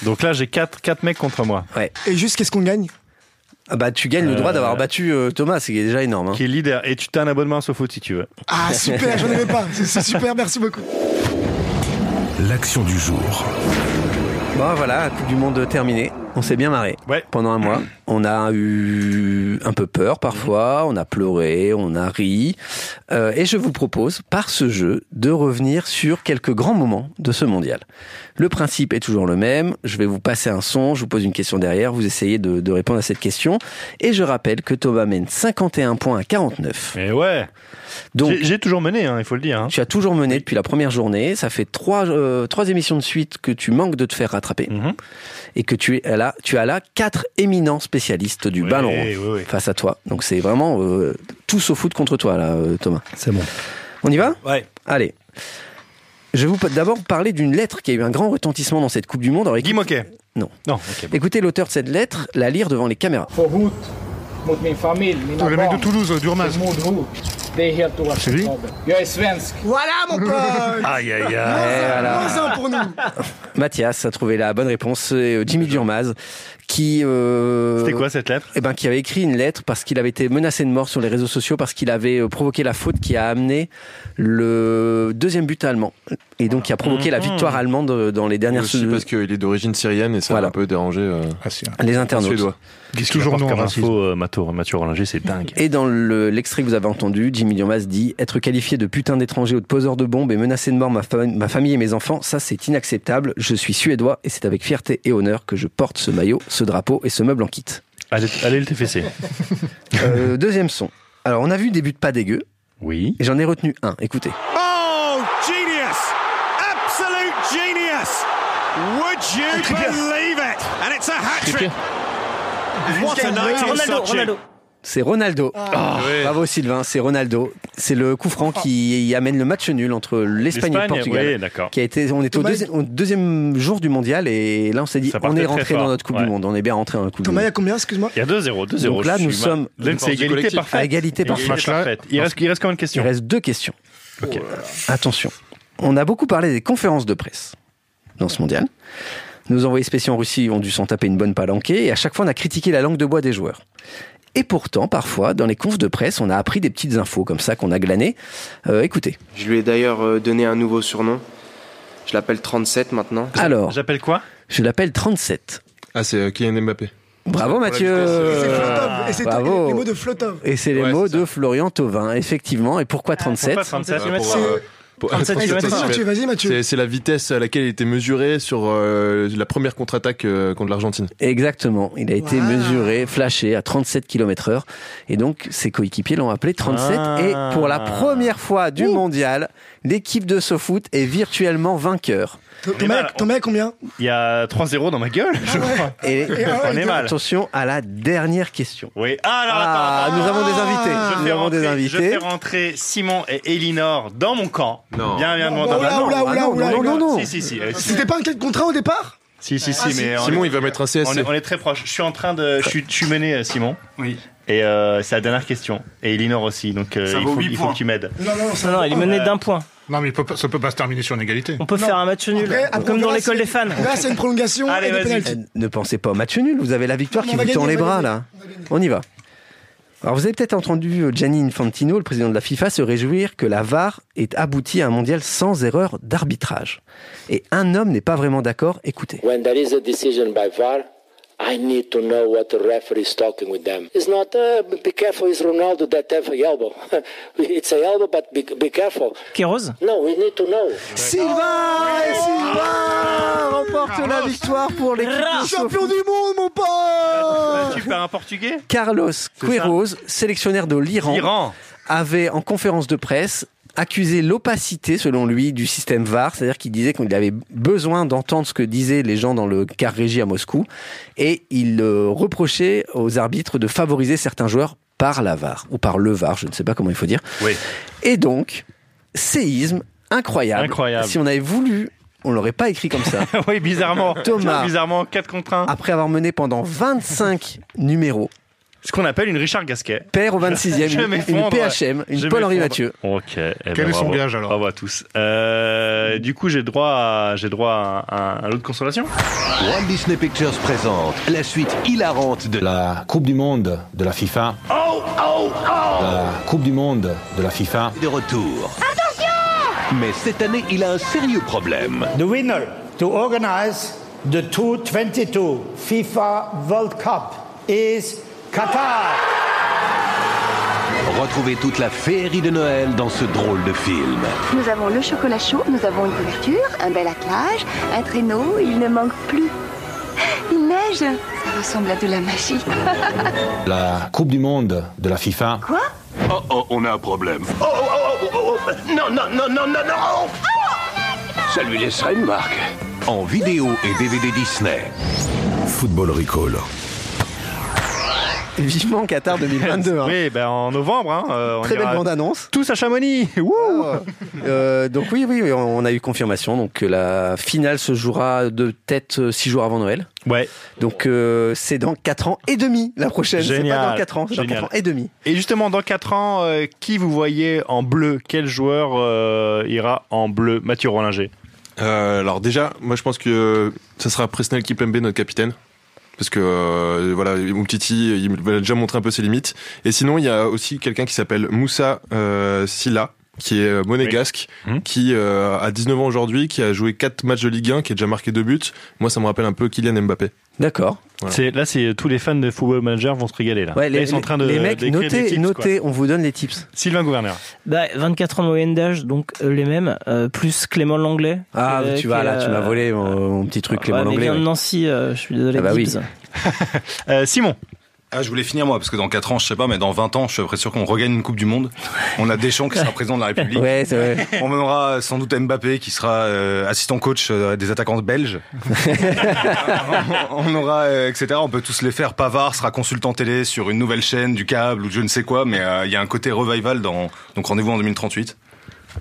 [SPEAKER 3] donc là j'ai 4 quatre, quatre mecs contre moi,
[SPEAKER 4] Hein.
[SPEAKER 6] Et juste, qu'est-ce qu'on gagne
[SPEAKER 4] Ah bah tu gagnes le droit d'avoir battu euh, Thomas, c'est déjà énorme. hein.
[SPEAKER 3] qui est leader. Et tu t'as un abonnement à SoFoot si tu veux.
[SPEAKER 6] Ah, super, j'en avais pas, c'est c'est super, merci beaucoup.
[SPEAKER 2] L'action du jour.
[SPEAKER 4] Bon voilà, Coupe du Monde terminée. On s'est bien marré
[SPEAKER 3] Ouais.
[SPEAKER 4] pendant un mois. On a eu un peu peur parfois, on a pleuré, on a ri. Euh, et je vous propose, par ce jeu, de revenir sur quelques grands moments de ce mondial. Le principe est toujours le même. Je vais vous passer un son, je vous pose une question derrière, vous essayez de, de répondre à cette question. Et je rappelle que Thomas mène 51 points à 49.
[SPEAKER 3] Et ouais,
[SPEAKER 4] Donc,
[SPEAKER 3] J'ai- j'ai toujours mené, hein, il faut le dire. hein.
[SPEAKER 4] Tu as toujours mené depuis la première journée. Ça fait trois, euh, trois émissions de suite que tu manques de te faire rattraper.
[SPEAKER 3] Mhm.
[SPEAKER 4] Et que tu, es là, tu as là quatre éminents spécialistes du ballon
[SPEAKER 3] Oui,
[SPEAKER 4] rond
[SPEAKER 3] oui, oui.
[SPEAKER 4] face à toi. Donc c'est vraiment euh, tous au foot contre toi, là, euh, Thomas.
[SPEAKER 3] C'est bon.
[SPEAKER 4] On y va
[SPEAKER 3] Ouais.
[SPEAKER 4] Allez. Je vais vous pa- d'abord parler d'une lettre qui a eu un grand retentissement dans cette Coupe du Monde. Alors, écoute-
[SPEAKER 3] Guy Moquet
[SPEAKER 4] Non.
[SPEAKER 3] Non, ok. bon.
[SPEAKER 4] Écoutez l'auteur de cette lettre la lire devant les caméras.
[SPEAKER 3] Oh.
[SPEAKER 5] le mec de Toulouse, euh, Durmaz. C'est lui
[SPEAKER 6] Voilà, mon pote
[SPEAKER 5] Aïe, aïe, aïe.
[SPEAKER 6] Moins un pour nous
[SPEAKER 4] Mathias a trouvé la bonne réponse. C'est euh, Jimmy Durmaz qui... euh,
[SPEAKER 3] C'était quoi cette lettre
[SPEAKER 4] eh ben, qui avait écrit une lettre parce qu'il avait été menacé de mort sur les réseaux sociaux parce qu'il avait euh, provoqué la faute qui a amené le deuxième but allemand et donc qui a provoqué la victoire allemande euh, dans les dernières
[SPEAKER 7] Aussi parce qu'il est d'origine syrienne et ça
[SPEAKER 4] Voilà.
[SPEAKER 7] a un peu dérangé euh,
[SPEAKER 5] Ah, si, hein.
[SPEAKER 4] les
[SPEAKER 7] les
[SPEAKER 4] internautes.
[SPEAKER 7] Suédois.
[SPEAKER 5] Qu'est-ce qu'il apporte comme
[SPEAKER 3] comme
[SPEAKER 5] racisme
[SPEAKER 3] info, euh, Mathieu, Mathieu Rollinger, c'est dingue.
[SPEAKER 4] Et dans le- l'extrait que vous avez entendu, Jimmy Durmaz dit Être qualifié de putain d'étranger ou de poseur de bombes et menacer de mort ma, fa- ma famille et mes enfants, ça c'est inacceptable. Je suis suédois et c'est avec fierté et honneur que je porte ce maillot, ce drapeau et ce meuble en kit.
[SPEAKER 3] allez, allez le TFC.
[SPEAKER 4] Euh, deuxième son. Alors on a vu des buts pas dégueux
[SPEAKER 3] Oui.
[SPEAKER 4] et j'en ai retenu un. Écoutez.
[SPEAKER 10] Oh, genius! Absolute genius! Would you believe it? And it's a hat trick. What a
[SPEAKER 4] Ah,
[SPEAKER 10] night in
[SPEAKER 8] Ronaldo,
[SPEAKER 10] Sochi.
[SPEAKER 8] Ronaldo.
[SPEAKER 4] C'est Ronaldo.
[SPEAKER 6] Ah.
[SPEAKER 4] Oh, Bravo Sylvain, c'est Ronaldo. C'est le coup franc qui amène le match nul entre l'Espagne et le Portugal.
[SPEAKER 3] oui, d'accord.
[SPEAKER 4] Qui a été, on est au,
[SPEAKER 6] Thomas-
[SPEAKER 4] deuxi- au deuxième jour du mondial et là on s'est dit
[SPEAKER 3] Ça
[SPEAKER 4] on
[SPEAKER 3] partait
[SPEAKER 4] est
[SPEAKER 3] très
[SPEAKER 4] rentré dans
[SPEAKER 3] fort.
[SPEAKER 4] notre Coupe
[SPEAKER 3] Ouais.
[SPEAKER 4] du Monde, on est bien rentré dans la Coupe
[SPEAKER 6] Thomas, il y
[SPEAKER 4] du Monde.
[SPEAKER 6] a combien, excuse-moi
[SPEAKER 3] Il y a 2-0, 2-0.
[SPEAKER 4] Donc là,
[SPEAKER 3] je suis
[SPEAKER 4] nous
[SPEAKER 3] mal-
[SPEAKER 4] sommes-
[SPEAKER 3] Là,
[SPEAKER 7] Dans
[SPEAKER 3] c'est
[SPEAKER 7] ce
[SPEAKER 3] égalité
[SPEAKER 7] collectif.
[SPEAKER 3] parfaite.
[SPEAKER 4] À égalité
[SPEAKER 3] Égalité
[SPEAKER 4] parfaite.
[SPEAKER 3] parfaite. Il reste, il reste combien de
[SPEAKER 4] Il
[SPEAKER 3] questions
[SPEAKER 4] reste deux questions. Oh
[SPEAKER 3] Ok.
[SPEAKER 4] Attention, on a beaucoup parlé des conférences de presse dans ce mondial. Nos envoyés spéciaux en Russie ont dû s'en taper une bonne palanquée et à chaque fois on a critiqué la langue de bois des joueurs. Et pourtant, parfois, dans les confs de presse, on a appris des petites infos comme ça qu'on a glanées. Euh, écoutez.
[SPEAKER 12] Je lui ai d'ailleurs euh, donné un nouveau surnom. Je l'appelle 37 maintenant.
[SPEAKER 4] Alors,
[SPEAKER 3] J'appelle quoi
[SPEAKER 4] je l'appelle 37.
[SPEAKER 7] Ah, c'est euh, Kylian Mbappé.
[SPEAKER 4] Bravo
[SPEAKER 6] Pour la
[SPEAKER 4] Mathieu
[SPEAKER 6] vitesse. Et c'est Flotov. Et c'est
[SPEAKER 4] Euh, Bravo.
[SPEAKER 6] les mots de Flotov.
[SPEAKER 4] Et c'est les mots de Florian Thauvin, effectivement. Et pourquoi 37
[SPEAKER 6] pourquoi 37 Euh, pour, euh,
[SPEAKER 7] Pour-
[SPEAKER 6] 37
[SPEAKER 7] pour-
[SPEAKER 6] kilomètres.
[SPEAKER 7] pour-
[SPEAKER 6] Vas-y, Mathieu, vas-y, Mathieu.
[SPEAKER 7] C'est- C'est la vitesse à laquelle il était mesuré sur euh, la première contre-attaque euh, contre l'Argentine.
[SPEAKER 4] Exactement, il a été mesuré, flashé à 37 km heure. Et donc, ses coéquipiers l'ont appelé 37.
[SPEAKER 7] Ah.
[SPEAKER 4] Et pour la première fois du mondial, l'équipe de SoFoot est virtuellement vainqueur.
[SPEAKER 6] Ton mec, ton mec, combien
[SPEAKER 3] Il y a 3-0 dans ma gueule,
[SPEAKER 4] Ah
[SPEAKER 3] je crois.
[SPEAKER 4] Et
[SPEAKER 3] On est mal.
[SPEAKER 4] attention à la dernière question.
[SPEAKER 3] Oui. Ah, alors,
[SPEAKER 4] Ah,
[SPEAKER 3] attends, attends,
[SPEAKER 4] nous
[SPEAKER 3] attends.
[SPEAKER 4] avons des invités.
[SPEAKER 3] Je
[SPEAKER 4] Nous
[SPEAKER 3] fais
[SPEAKER 4] avons
[SPEAKER 3] rentrer-
[SPEAKER 4] des
[SPEAKER 3] Je
[SPEAKER 4] invités.
[SPEAKER 3] fais rentrer Simon et Elinor dans mon camp. Bien, bien,
[SPEAKER 6] Oh
[SPEAKER 3] dans
[SPEAKER 6] là,
[SPEAKER 3] mon
[SPEAKER 6] oh là,
[SPEAKER 3] camp.
[SPEAKER 6] oh là, oh là, oh là.
[SPEAKER 3] Si, si, si. euh, si.
[SPEAKER 6] C'était pas un cas de contrat au départ
[SPEAKER 3] Si, si, si,
[SPEAKER 6] Ah,
[SPEAKER 3] mais.
[SPEAKER 7] si. Simon, il va mettre un CSC.
[SPEAKER 3] On est, on est très proche. Je suis en train de. Je suis, je suis mené, euh, Simon.
[SPEAKER 13] Oui.
[SPEAKER 3] Et euh, c'est la dernière question. Et Elinor aussi. Donc euh,
[SPEAKER 5] Ça
[SPEAKER 3] il,
[SPEAKER 5] vaut
[SPEAKER 3] faut,
[SPEAKER 5] huit
[SPEAKER 3] il faut
[SPEAKER 5] points.
[SPEAKER 3] que tu m'aides.
[SPEAKER 6] Non, non,
[SPEAKER 8] Non, non, il est mené d'un point.
[SPEAKER 5] Non, mais il peut pas- ça peut pas se terminer sur une égalité.
[SPEAKER 8] On peut faire un match nul,
[SPEAKER 6] Après- après, on
[SPEAKER 8] comme dans
[SPEAKER 6] verra
[SPEAKER 8] l'école
[SPEAKER 6] si-
[SPEAKER 8] des fans.
[SPEAKER 6] on verra s'il y a une prolongation et des pénaltys.
[SPEAKER 4] Euh, Ne pensez pas au match nul, vous avez la victoire
[SPEAKER 6] Non,
[SPEAKER 4] qui
[SPEAKER 6] on va
[SPEAKER 4] vous tend
[SPEAKER 6] gagner,
[SPEAKER 4] les
[SPEAKER 6] on va
[SPEAKER 4] bras
[SPEAKER 6] gagner.
[SPEAKER 4] là. On y va. Alors vous avez peut-être entendu euh, Gianni Infantino, le président de la FIFA, se réjouir que la VAR ait abouti à un mondial sans erreur d'arbitrage. Et un homme n'est pas vraiment d'accord, écoutez.
[SPEAKER 14] When there is a decision by VAR, I need to know what the referee is talking with them. It's not, uh, be careful, it's Ronaldo that have a elbow. it's a elbow, but be, be careful.
[SPEAKER 8] Kéros
[SPEAKER 14] No, we need to know.
[SPEAKER 4] Sylvain et Sylvain remporte la victoire pour l'équipe de
[SPEAKER 6] Champion du monde, mon pote
[SPEAKER 3] Tu parles un portugais
[SPEAKER 4] Carlos
[SPEAKER 3] ça.
[SPEAKER 4] Queiroz, sélectionnaire de l'Iran,
[SPEAKER 3] L'Iran.
[SPEAKER 4] avait en conférence de presse accusé l'opacité, selon lui, du système VAR, c'est-à-dire qu'il disait qu'il avait besoin d'entendre ce que disaient les gens dans le car régie à Moscou, et il euh, reprochait aux arbitres de favoriser certains joueurs par la VAR, ou par le VAR, je ne sais pas comment il faut dire.
[SPEAKER 3] Oui.
[SPEAKER 4] Et donc, séisme incroyable.
[SPEAKER 3] Incroyable.
[SPEAKER 4] Si on avait voulu, on l'aurait pas écrit comme ça.
[SPEAKER 3] oui, bizarrement.
[SPEAKER 4] Thomas. Ah.
[SPEAKER 3] Bizarrement, 4 contre 1.
[SPEAKER 4] Après avoir mené pendant 25 numéros,
[SPEAKER 3] Ce qu'on appelle une Richard Gasquet.
[SPEAKER 4] perd au 26e,
[SPEAKER 3] Je
[SPEAKER 4] une-
[SPEAKER 3] m'effondre.
[SPEAKER 4] une PHM, une
[SPEAKER 3] Je
[SPEAKER 4] Paul-Henri
[SPEAKER 3] m'effondre.
[SPEAKER 4] Mathieu.
[SPEAKER 3] Ok. eh ben,
[SPEAKER 5] Quel est son
[SPEAKER 3] bravo.
[SPEAKER 5] gage, alors
[SPEAKER 3] Bravo à tous. Euh, du coup, j'ai droit à, j'ai droit à, un- à l'autre consolation.
[SPEAKER 15] Walt Disney Pictures présente la suite hilarante de la Coupe du Monde de la FIFA.
[SPEAKER 10] Oh, oh,
[SPEAKER 15] La Coupe du Monde de la FIFA. De retour. Attention Mais cette année, il a un sérieux problème.
[SPEAKER 16] The winner to organize the 2022 FIFA World Cup is Qatar.
[SPEAKER 15] Retrouvez toute la féerie de Noël dans ce drôle de film.
[SPEAKER 17] Nous avons le chocolat chaud, nous avons une couverture, un bel attelage, un traîneau, il ne manque plus. Il neige Ça ressemble à de la magie.
[SPEAKER 15] La Coupe du Monde de la FIFA.
[SPEAKER 17] Quoi
[SPEAKER 15] Oh oh, on a un problème.
[SPEAKER 10] oh, oh, oh, oh, oh, non, non, non, non, non, non.
[SPEAKER 15] Ah, Ça lui laissera une marque. En vidéo et DVD Disney.
[SPEAKER 2] Football Recall.
[SPEAKER 4] Vivement Qatar 2022. hein.
[SPEAKER 3] Oui, ben en novembre. hein, euh, on
[SPEAKER 4] Très belle
[SPEAKER 3] ira-
[SPEAKER 4] bande-annonce.
[SPEAKER 3] Tous à Chamonix.
[SPEAKER 4] Euh, donc oui, oui, oui, on a eu confirmation. Donc euh, la finale se jouera de tête euh, six jours avant Noël.
[SPEAKER 3] Ouais.
[SPEAKER 4] Donc euh, c'est dans 4 ans et demi la prochaine. C'est pas dans 4 ans, c'est dans
[SPEAKER 3] Génial.
[SPEAKER 4] quatre ans et demi.
[SPEAKER 3] Et justement, dans 4 ans, euh, qui vous voyez en bleu Quel joueur euh, ira en bleu Mathieu Rollinger.
[SPEAKER 7] Euh, alors déjà, moi je pense que euh, ça sera Presnel Kimpembe notre capitaine. Parce que euh, voilà, Umtiti, il va déjà montrer un peu ses limites. Et sinon, il y a aussi quelqu'un qui s'appelle Moussa euh, Silla, qui est euh, monégasque, qui euh, a 19 ans aujourd'hui, qui a joué 4 matchs de Ligue 1, qui a déjà marqué 2 buts. Moi, ça me rappelle un peu Kylian Mbappé.
[SPEAKER 4] D'accord.
[SPEAKER 3] C'est- Là, c'est tous les fans de Football Manager vont se régaler. Là.
[SPEAKER 4] Ouais,
[SPEAKER 3] Là, ils sont en train de.
[SPEAKER 4] les mecs,
[SPEAKER 3] d'écrire des
[SPEAKER 4] notez,
[SPEAKER 3] tips,
[SPEAKER 4] notez,
[SPEAKER 3] quoi.
[SPEAKER 4] on vous donne les tips.
[SPEAKER 3] Sylvain Gouverneur.
[SPEAKER 8] Bah, 24 ans de moyenne d'âge, donc euh, les mêmes, euh, plus Clément Langlais.
[SPEAKER 4] Ah,
[SPEAKER 8] euh,
[SPEAKER 4] tu
[SPEAKER 8] qui
[SPEAKER 4] vas
[SPEAKER 8] est,
[SPEAKER 4] là, tu
[SPEAKER 8] euh, ah,
[SPEAKER 4] m'as volé mon, mon petit truc, Clément
[SPEAKER 8] ouais, mais il
[SPEAKER 4] Langlais.
[SPEAKER 8] vient de
[SPEAKER 4] ouais.
[SPEAKER 8] Nancy, euh, je suis désolé.
[SPEAKER 4] Ah bah oui.
[SPEAKER 8] Gibbs.
[SPEAKER 3] Euh, Simon
[SPEAKER 13] ah, je voulais finir moi, parce que dans 4 ans, je sais pas, mais dans 20 ans, je suis sûr qu'on regagne une Coupe du Monde. On a Deschamps qui sera président de la République.
[SPEAKER 4] Ouais, c'est vrai.
[SPEAKER 13] On aura sans doute Mbappé qui sera euh, assistant coach euh, des attaquants belges. on aura, euh, etc. On peut tous les faire. Pavard sera consultant télé sur une nouvelle chaîne, du câble ou je ne sais quoi, mais euh, il y a un côté revival dans. Donc rendez-vous en 2038.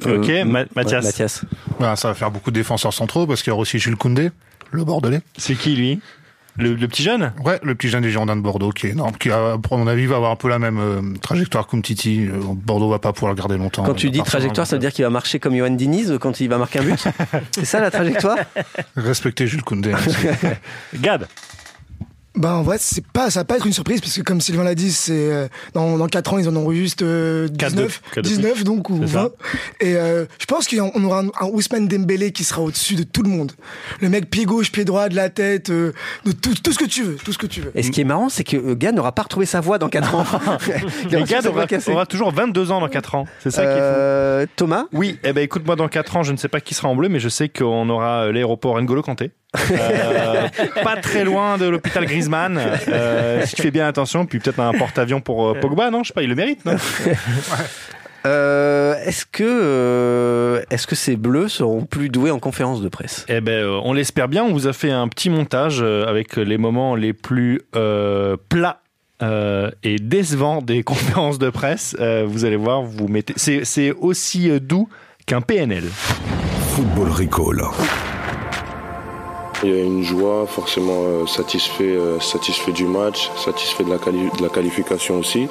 [SPEAKER 3] Ok,
[SPEAKER 4] Euh,
[SPEAKER 3] Ma- Mathias.
[SPEAKER 5] Voilà, ça va faire beaucoup de défenseurs centraux parce qu'il y aura aussi Jules Koundé, le Bordelais.
[SPEAKER 3] C'est qui lui le, petit jeune
[SPEAKER 5] Ouais, le petit jeune des Girondins de Bordeaux qui est énorme, qui à mon avis va avoir un peu la même euh, trajectoire qu'Umtiti. Euh, Bordeaux va pas pouvoir le garder longtemps.
[SPEAKER 4] Quand tu
[SPEAKER 5] Euh,
[SPEAKER 4] dis
[SPEAKER 5] à partir
[SPEAKER 4] trajectoire, ça veut dire qu'il va marcher comme Johan Diniz euh, quand il va marquer un but C'est ça la trajectoire Oh,
[SPEAKER 5] de- Respecter Jules Koundé. hein, c'est-
[SPEAKER 3] Gad
[SPEAKER 6] Bah en vrai c'est pas ça va pas être une surprise parce que comme Sylvain l'a dit c'est euh, dans, dans 4 ans ils en auront juste euh, 19
[SPEAKER 3] Quatre de-
[SPEAKER 6] 19 donc ou
[SPEAKER 3] C'est ça.
[SPEAKER 6] 20 et euh, je pense qu'on aura un, un Ousmane Dembélé qui sera au-dessus de tout le monde le mec pied gauche pied droit de la tête euh, de tout, tout ce que tu veux tout ce que tu veux
[SPEAKER 4] Et ce qui est marrant, c'est que le gars n'aura pas retrouvé sa voix dans 4 ans. Il
[SPEAKER 3] Les
[SPEAKER 4] aura
[SPEAKER 3] gars
[SPEAKER 4] sa voix
[SPEAKER 3] aura,
[SPEAKER 4] cassée.
[SPEAKER 3] aura toujours 22 ans dans 4 ans. C'est ça
[SPEAKER 4] qui est fou. Euh, Thomas
[SPEAKER 3] Oui, eh ben, écoute-moi, dans 4 ans, je ne sais pas qui sera en bleu, mais je sais qu'on aura euh, l'aéroport N'Golo Kanté. Euh, pas très loin de l'hôpital Griezmann. Euh, si tu fais bien attention, puis peut-être un porte-avions pour euh, Pogba, non Je sais pas, il le mérite, non
[SPEAKER 4] Euh, est-ce que euh, est-ce que ces bleus seront plus doués en conférence de presse
[SPEAKER 3] Eh ben, euh, on l'espère bien. On vous a fait un petit montage euh, avec les moments les plus euh, plats. euh, et décevants des conférences de presse, Euh, vous allez voir, vous mettez, c'est c'est aussi euh, doux qu'un PNL.
[SPEAKER 2] Football Recall.
[SPEAKER 18] Il y a une joie, forcément euh, satisfait, euh, satisfait du match, satisfait de la, quali- de la qualification aussi.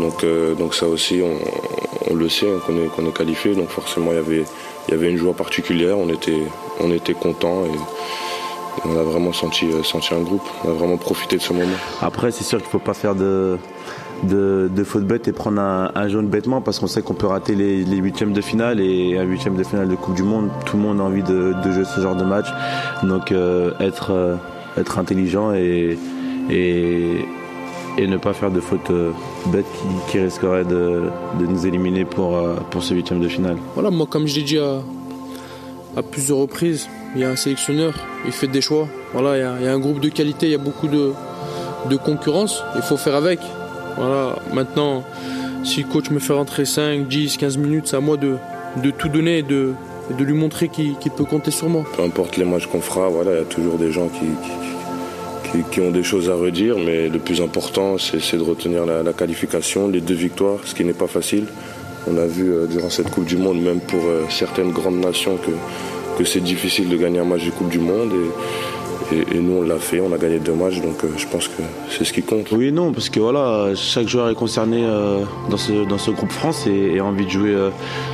[SPEAKER 18] Donc, euh, donc ça aussi, on, on le sait, hein, qu'on est, qu'on est qualifié. Donc forcément, il y avait, il y avait une joie particulière. On était, on était content et on a vraiment senti, euh, senti un groupe. On a vraiment profité de ce moment.
[SPEAKER 19] Après, c'est sûr qu'il ne faut pas faire de, de, de faute bête et prendre un, un jaune bêtement parce qu'on sait qu'on peut rater les, les huitièmes de finale et un huitième de finale de Coupe du Monde, tout le monde a envie de, de jouer ce genre de match. Donc euh, être, euh, être intelligent et, et, et ne pas faire de faute euh, bête qui, qui risquerait de, de nous éliminer pour, euh, pour ce huitième de finale.
[SPEAKER 20] Voilà, moi, comme je l'ai dit à, à plusieurs reprises, il y a un sélectionneur, il fait des choix. Voilà, il y a, il y a un groupe de qualité, il y a beaucoup de, de concurrence, il faut faire avec. Voilà, maintenant, si le coach me fait rentrer 5, 10, 15 minutes, c'est à moi de, de tout donner et de, et de lui montrer qu'il qu'il peut compter sur moi.
[SPEAKER 18] Peu importe les matchs qu'on fera, voilà, il y a toujours des gens qui, qui, qui- qui ont des choses à redire, mais le plus important, c'est c'est de retenir la, la qualification, les deux victoires, ce qui n'est pas facile. On a vu euh, durant cette Coupe du Monde, même pour euh, certaines grandes nations, que, que c'est difficile de gagner un match de Coupe du Monde. Et, et- et nous, on l'a fait, on a gagné deux matchs, donc euh, je pense que c'est ce qui compte.
[SPEAKER 19] Oui et non, parce que voilà, chaque joueur est concerné euh, dans, ce, dans ce groupe France et, et a envie de jouer euh,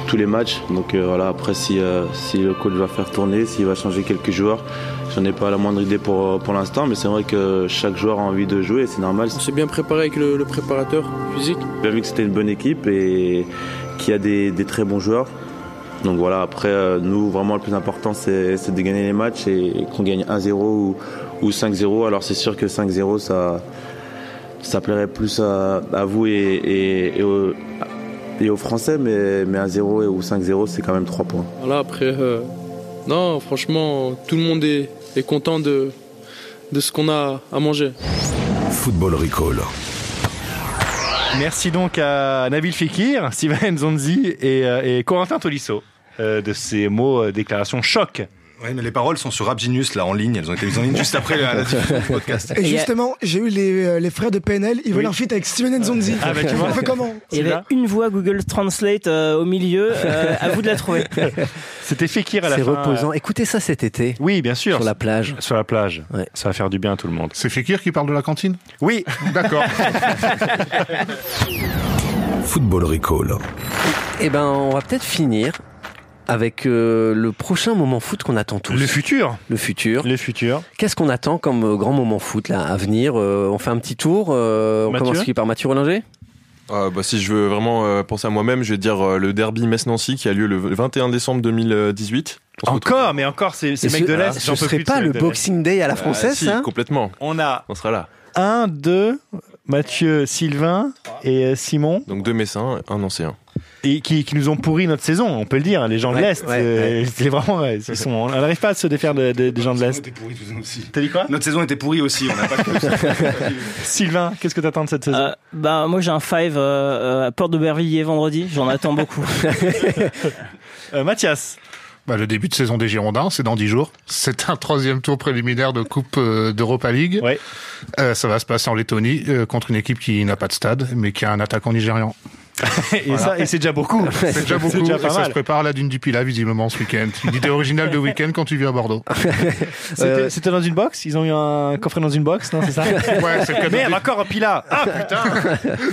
[SPEAKER 19] tous les matchs. Donc euh, voilà, après si, euh, si le coach va faire tourner, s'il va changer quelques joueurs, j'en ai pas la moindre idée pour, euh, pour l'instant, mais c'est vrai que chaque joueur a envie de jouer et c'est normal.
[SPEAKER 20] On s'est bien préparé avec le, le préparateur physique.
[SPEAKER 19] J'ai bien vu que c'était une bonne équipe et qu'il y a des, des très bons joueurs. Donc voilà, après, euh, nous, vraiment, le plus important, c'est c'est de gagner les matchs et, et qu'on gagne 1-0 ou, ou 5-0. Alors c'est sûr que 5-0, ça, ça plairait plus à, à vous et, et- et aux, et aux Français, mais, mais 1-0 et- ou 5-0, c'est quand même 3 points.
[SPEAKER 20] Voilà, après, euh, non, franchement, tout le monde est, est content de, de ce qu'on a à manger.
[SPEAKER 2] Football Recall.
[SPEAKER 3] Merci donc à Nabil Fekir, Steven Zonzi et, euh, et Corentin Tolisso euh, de ces mots euh, déclaration choc.
[SPEAKER 13] Ouais, mais les paroles sont sur Abginus, là, en ligne. Elles ont été mises en ligne juste après la, la diffusion du podcast.
[SPEAKER 6] et justement j'ai eu les, euh, les frères de PNL ils veulent un feat avec Steven Nzonzi
[SPEAKER 13] Ah, bah, tu vois.
[SPEAKER 6] on fait comment
[SPEAKER 8] Il y avait une voix Google Translate euh, au milieu. euh, à vous de la trouver.
[SPEAKER 3] C'était Fekir à la
[SPEAKER 4] C'est
[SPEAKER 3] fin.
[SPEAKER 4] reposant.
[SPEAKER 3] euh,
[SPEAKER 4] Écoutez ça cet été.
[SPEAKER 3] Oui, bien sûr.
[SPEAKER 4] Sur la plage.
[SPEAKER 3] Sur la plage. Ça va faire du bien à tout le monde.
[SPEAKER 5] C'est Fekir qui parle de la cantine
[SPEAKER 3] Oui.
[SPEAKER 5] D'accord.
[SPEAKER 2] Football Recall.
[SPEAKER 4] Eh ben, on va peut-être finir avec euh, le prochain moment foot qu'on attend tous.
[SPEAKER 3] Le futur.
[SPEAKER 4] Le futur.
[SPEAKER 3] Le futur.
[SPEAKER 4] Qu'est-ce qu'on attend comme euh, grand moment foot là à venir Euh, On fait un petit tour. euh, on
[SPEAKER 7] Mathieu
[SPEAKER 4] commence qui par Mathieu Rollinger
[SPEAKER 7] Ah, bah, si je veux vraiment euh, penser à moi-même, je vais dire euh, le derby Metz-Nancy qui a lieu le 21 décembre 2018.
[SPEAKER 3] Encore, mais encore, ces, ces
[SPEAKER 7] Et
[SPEAKER 3] mecs
[SPEAKER 7] ce-
[SPEAKER 3] de l'Est,
[SPEAKER 7] ah,
[SPEAKER 3] j'en
[SPEAKER 7] ce
[SPEAKER 3] peux
[SPEAKER 7] serait
[SPEAKER 3] plus. de
[SPEAKER 7] pas
[SPEAKER 3] ces
[SPEAKER 7] le
[SPEAKER 3] mecs de l'Est. Bah,
[SPEAKER 7] Boxing Day à la
[SPEAKER 4] Euh, française, si, hein
[SPEAKER 7] complètement.
[SPEAKER 3] On a
[SPEAKER 7] On sera là.
[SPEAKER 3] 1, 2, Mathieu, Sylvain et euh, Simon.
[SPEAKER 7] Donc deux Messins, un ancien.
[SPEAKER 3] Et qui, qui nous ont pourri notre saison, on peut le dire, hein, les gens de
[SPEAKER 7] Ouais,
[SPEAKER 3] l'Est.
[SPEAKER 7] ouais,
[SPEAKER 3] euh,
[SPEAKER 7] ouais.
[SPEAKER 3] C'est vraiment vrai. Ils sont- on n'arrive pas à se défaire de- de- des gens de l'Est. T'as dit quoi
[SPEAKER 13] Notre saison était pourrie aussi, on n'a pas
[SPEAKER 3] Sylvain, qu'est-ce que t'attends de cette saison
[SPEAKER 8] Euh, bah, moi, j'ai un five euh, euh, à Porte d'Aubervilliers vendredi. J'en attends beaucoup.
[SPEAKER 4] Euh,
[SPEAKER 3] Euh, Mathias
[SPEAKER 5] bah, Le début de saison des Girondins, c'est dans 10 jours. C'est un troisième tour préliminaire de Coupe euh, d'Europa League. Euh, ça va se passer en Lettonie euh, contre une équipe qui n'a pas de stade, mais qui a un attaquant nigérian.
[SPEAKER 3] et ça, et c'est déjà beaucoup.
[SPEAKER 5] C'est déjà beaucoup.
[SPEAKER 3] déjà
[SPEAKER 5] et
[SPEAKER 3] pas
[SPEAKER 5] ça
[SPEAKER 3] mal.
[SPEAKER 5] se prépare à la dune du Pila, visiblement, ce week-end. Une idée originale de week-end quand tu viens à Bordeaux.
[SPEAKER 3] C'était c'était dans une box Ils ont eu un coffret dans une box, non C'est ça
[SPEAKER 5] Ouais, c'est le cadeau
[SPEAKER 3] Merde,
[SPEAKER 5] des-
[SPEAKER 3] encore un pila Ah putain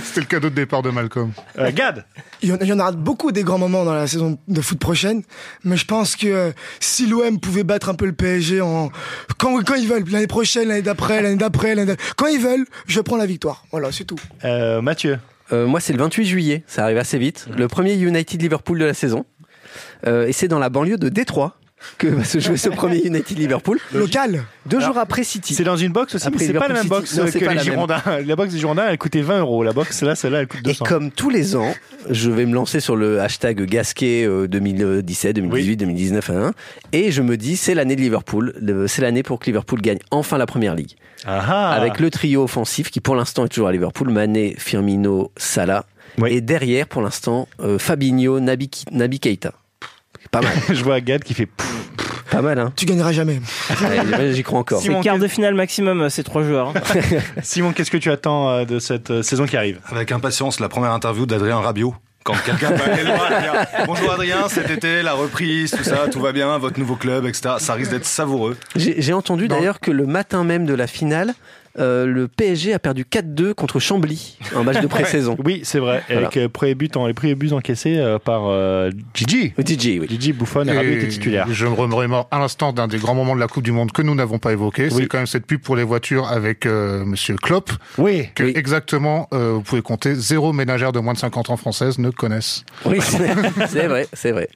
[SPEAKER 5] C'était le cadeau de départ de Malcolm.
[SPEAKER 3] Gad
[SPEAKER 6] Il y, en, il y en aura beaucoup des grands moments dans la saison de foot prochaine, mais je pense que euh, si l'OM pouvait battre un peu le PSG en quand, quand ils veulent, l'année prochaine, l'année d'après, l'année d'après, l'année d'après, quand ils veulent, je prends la victoire. Voilà, c'est tout.
[SPEAKER 3] Euh, Mathieu
[SPEAKER 4] Euh, Moi, c'est le 28 juillet, ça arrive assez vite. Le premier United-Liverpool de la saison. Euh, et c'est dans la banlieue de Détroit que va se jouer ce premier United-Liverpool.
[SPEAKER 6] Local
[SPEAKER 4] Deux jours après City.
[SPEAKER 3] C'est dans une box aussi, mais
[SPEAKER 4] Après
[SPEAKER 3] c'est pas la même
[SPEAKER 4] Liverpool
[SPEAKER 3] box
[SPEAKER 4] City. Non,
[SPEAKER 3] euh,
[SPEAKER 4] c'est
[SPEAKER 3] que
[SPEAKER 4] pas
[SPEAKER 3] les
[SPEAKER 4] la même.
[SPEAKER 3] Girondins. La box des Girondins, elle coûtait 20 euros. La box, là, celle-là, elle coûte 200.
[SPEAKER 4] Et comme tous les ans, je vais me lancer sur le hashtag Gasquet euh, 2017, 2018, 2019, hein, et je me dis c'est l'année de Liverpool, le- c'est l'année pour que Liverpool gagne enfin la Première Ligue.
[SPEAKER 3] Ah
[SPEAKER 4] Avec le trio offensif qui pour l'instant est toujours à Liverpool, Mané, Firmino, Salah, et derrière pour l'instant euh, Fabinho, Nabi, Ki- Nabi Keita. Pas mal.
[SPEAKER 3] je vois Gad qui fait...
[SPEAKER 4] Pas mal, hein
[SPEAKER 6] Tu gagneras jamais.
[SPEAKER 4] Ouais, J'y crois encore.
[SPEAKER 8] C'est quart de finale maximum, euh, ces trois joueurs.
[SPEAKER 3] Simon, qu'est-ce que tu attends euh, de cette euh, saison qui arrive
[SPEAKER 13] Avec impatience, la première interview d'Adrien Rabiot. Quand quelqu'un va aller le voir, il dit, Bonjour Adrien, cet été, la reprise, tout ça, tout va bien, votre nouveau club, etc. Ça risque d'être savoureux.
[SPEAKER 4] J'ai j'ai entendu d'ailleurs que le matin même de la finale, euh, le PSG a perdu 4-2 contre Chambly, un match de pré-saison.
[SPEAKER 3] Oui, c'est vrai.
[SPEAKER 4] Oh. Voilà.
[SPEAKER 3] Avec euh, premier but en- les premiers buts encaissés euh, par euh, Gigi.
[SPEAKER 4] Gigi, oui.
[SPEAKER 3] Gigi Buffon et Rabiot était titulaire.
[SPEAKER 5] Je me remémore à l'instant d'un des grands moments de la Coupe du Monde que nous n'avons pas évoqué. C'est quand même cette pub pour les voitures avec euh, Monsieur Klopp.
[SPEAKER 3] Oui.
[SPEAKER 5] Que exactement, euh, vous pouvez compter, zéro ménagère de moins de 50 ans française ne connaissent.
[SPEAKER 4] Oui, c'est c'est vrai, c'est vrai.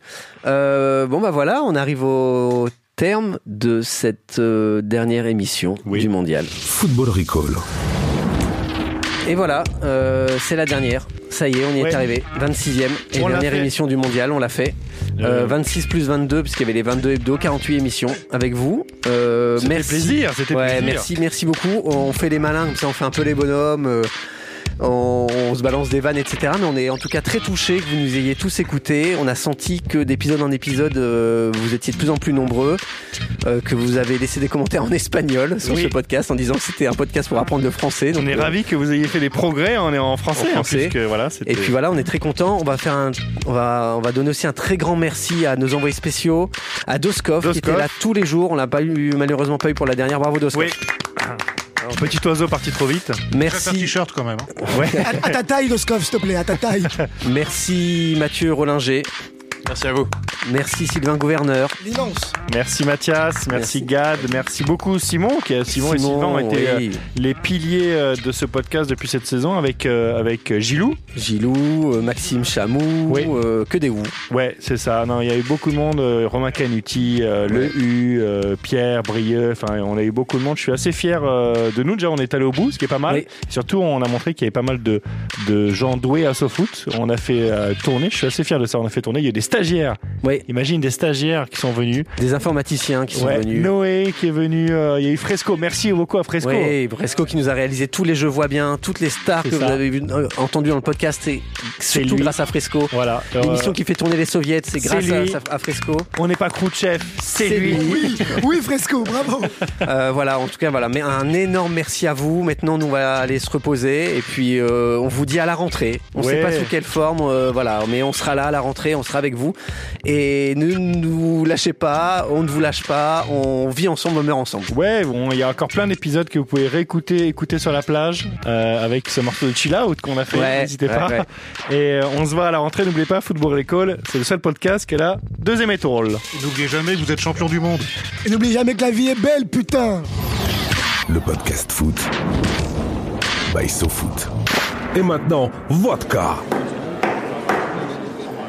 [SPEAKER 4] Euh, bon, bah voilà, on arrive au terme de cette euh, dernière émission du Mondial.
[SPEAKER 2] Football Recall.
[SPEAKER 4] Et voilà, euh, c'est la dernière. Ça y est, on y
[SPEAKER 2] Ouais.
[SPEAKER 4] est arrivé. 26e et
[SPEAKER 2] On l'a
[SPEAKER 4] dernière
[SPEAKER 2] fait.
[SPEAKER 4] émission du Mondial, on l'a fait. Euh, 26 plus 22, puisqu'il y avait les 22 hebdo, 48 émissions avec vous. Euh,
[SPEAKER 3] C'était
[SPEAKER 4] merci.
[SPEAKER 3] plaisir, c'était
[SPEAKER 4] Ouais,
[SPEAKER 3] plaisir.
[SPEAKER 4] Merci, merci beaucoup. On fait les malins, comme ça on fait un peu les bonhommes. euh, on, on se balance des vannes, etc. Mais on est en tout cas très touchés que vous nous ayez tous écoutés. On a senti que d'épisode en épisode, euh, vous étiez de plus en plus nombreux, euh, que vous avez laissé des commentaires en espagnol sur
[SPEAKER 3] Oui.
[SPEAKER 4] ce podcast en disant que c'était un podcast pour apprendre le français. euh,
[SPEAKER 3] On est
[SPEAKER 4] ravis
[SPEAKER 3] ravis que vous ayez fait des progrès. hein, On est en français.
[SPEAKER 4] en
[SPEAKER 3] en
[SPEAKER 4] français.
[SPEAKER 3] plus, que, voilà,
[SPEAKER 4] et puis voilà, on est très content. On va faire un, on va, on va donner aussi un très grand merci à nos envoyés spéciaux, à Doskov, qui
[SPEAKER 3] Doskov.
[SPEAKER 4] était là tous les jours. On l'a pas eu, malheureusement pas eu pour la dernière. Bravo Doskov.
[SPEAKER 3] Oui. Petit oiseau parti trop vite.
[SPEAKER 4] Merci.
[SPEAKER 5] t-shirt quand même. hein.
[SPEAKER 6] À, à ta taille, Doskov, s'il te plaît, à ta taille.
[SPEAKER 4] Merci Mathieu Rollinger.
[SPEAKER 7] Merci à vous.
[SPEAKER 4] Merci Sylvain Gouverneur.
[SPEAKER 6] L'immense.
[SPEAKER 3] Merci Mathias, merci, Gad, merci beaucoup Simon. Qui, Simon, et
[SPEAKER 4] Simon,
[SPEAKER 3] Sylvain ont été
[SPEAKER 4] oui.
[SPEAKER 3] euh, les piliers euh, de ce podcast depuis cette saison avec, euh, avec euh, Gilou.
[SPEAKER 4] Gilou, euh, Maxime Chamou, euh, que des vous.
[SPEAKER 3] Ouais, c'est ça. Non, il y a eu beaucoup de monde. euh, Romain Canuti, euh, Le U, euh, Pierre Brieux. Enfin, on a eu beaucoup de monde. Je suis assez fier euh, de nous. Déjà, on est allé au bout, ce qui est pas mal. Surtout, on a montré qu'il y avait pas mal de, de gens doués à SoFoot. On a fait euh, tourner. Je suis assez fier de ça. On a fait tourner. Il y a eu des stagiaires. Imagine des stagiaires qui sont venus.
[SPEAKER 4] Des informaticiens qui sont
[SPEAKER 3] Ouais,
[SPEAKER 4] venus.
[SPEAKER 3] Noé qui est venu. euh, Il y a eu Fresco. Merci beaucoup à Fresco.
[SPEAKER 4] Oui, Bresco qui nous a réalisé tous les jeux vois bien, toutes les stars
[SPEAKER 3] C'est
[SPEAKER 4] que vous
[SPEAKER 3] ça.
[SPEAKER 4] avez vu, euh, entendues dans le podcast, c'est surtout
[SPEAKER 3] lui.
[SPEAKER 4] grâce à Fresco.
[SPEAKER 3] Voilà.
[SPEAKER 4] L'émission
[SPEAKER 3] Euh,
[SPEAKER 4] qui fait tourner les soviets, c'est
[SPEAKER 3] c'est
[SPEAKER 4] grâce à,
[SPEAKER 3] lui.
[SPEAKER 4] à Fresco.
[SPEAKER 3] On n'est pas Khrouchtchev, c'est
[SPEAKER 4] C'est
[SPEAKER 3] lui.
[SPEAKER 4] lui.
[SPEAKER 6] Oui, oui, Fresco, bravo.
[SPEAKER 4] Euh, voilà, en tout cas, voilà. Mais un énorme merci à vous. Maintenant, nous, on va aller se reposer. Et puis, euh, on vous dit à la rentrée. On ne
[SPEAKER 3] Ouais.
[SPEAKER 4] sait pas sous quelle forme, euh, voilà. Mais on sera là à la rentrée, on sera avec vous. Et ne nous lâchez pas, on ne vous lâche pas. On vit ensemble, on meurt ensemble.
[SPEAKER 3] Ouais, bon, il y a encore plein d'épisodes que vous pouvez réécouter, écouter sur la plage euh, avec ce morceau de chill out qu'on a fait.
[SPEAKER 4] Ouais,
[SPEAKER 3] N'hésitez
[SPEAKER 4] ouais,
[SPEAKER 3] pas.
[SPEAKER 4] ouais.
[SPEAKER 3] Et euh, on se voit à la rentrée. N'oubliez pas, Football Recall, c'est le seul podcast qui est là. Deuxième étoile.
[SPEAKER 5] N'oubliez jamais que vous êtes champion du monde.
[SPEAKER 6] Et n'oublie jamais que la vie est belle, putain.
[SPEAKER 2] Le podcast foot by SoFoot. Et maintenant, vodka.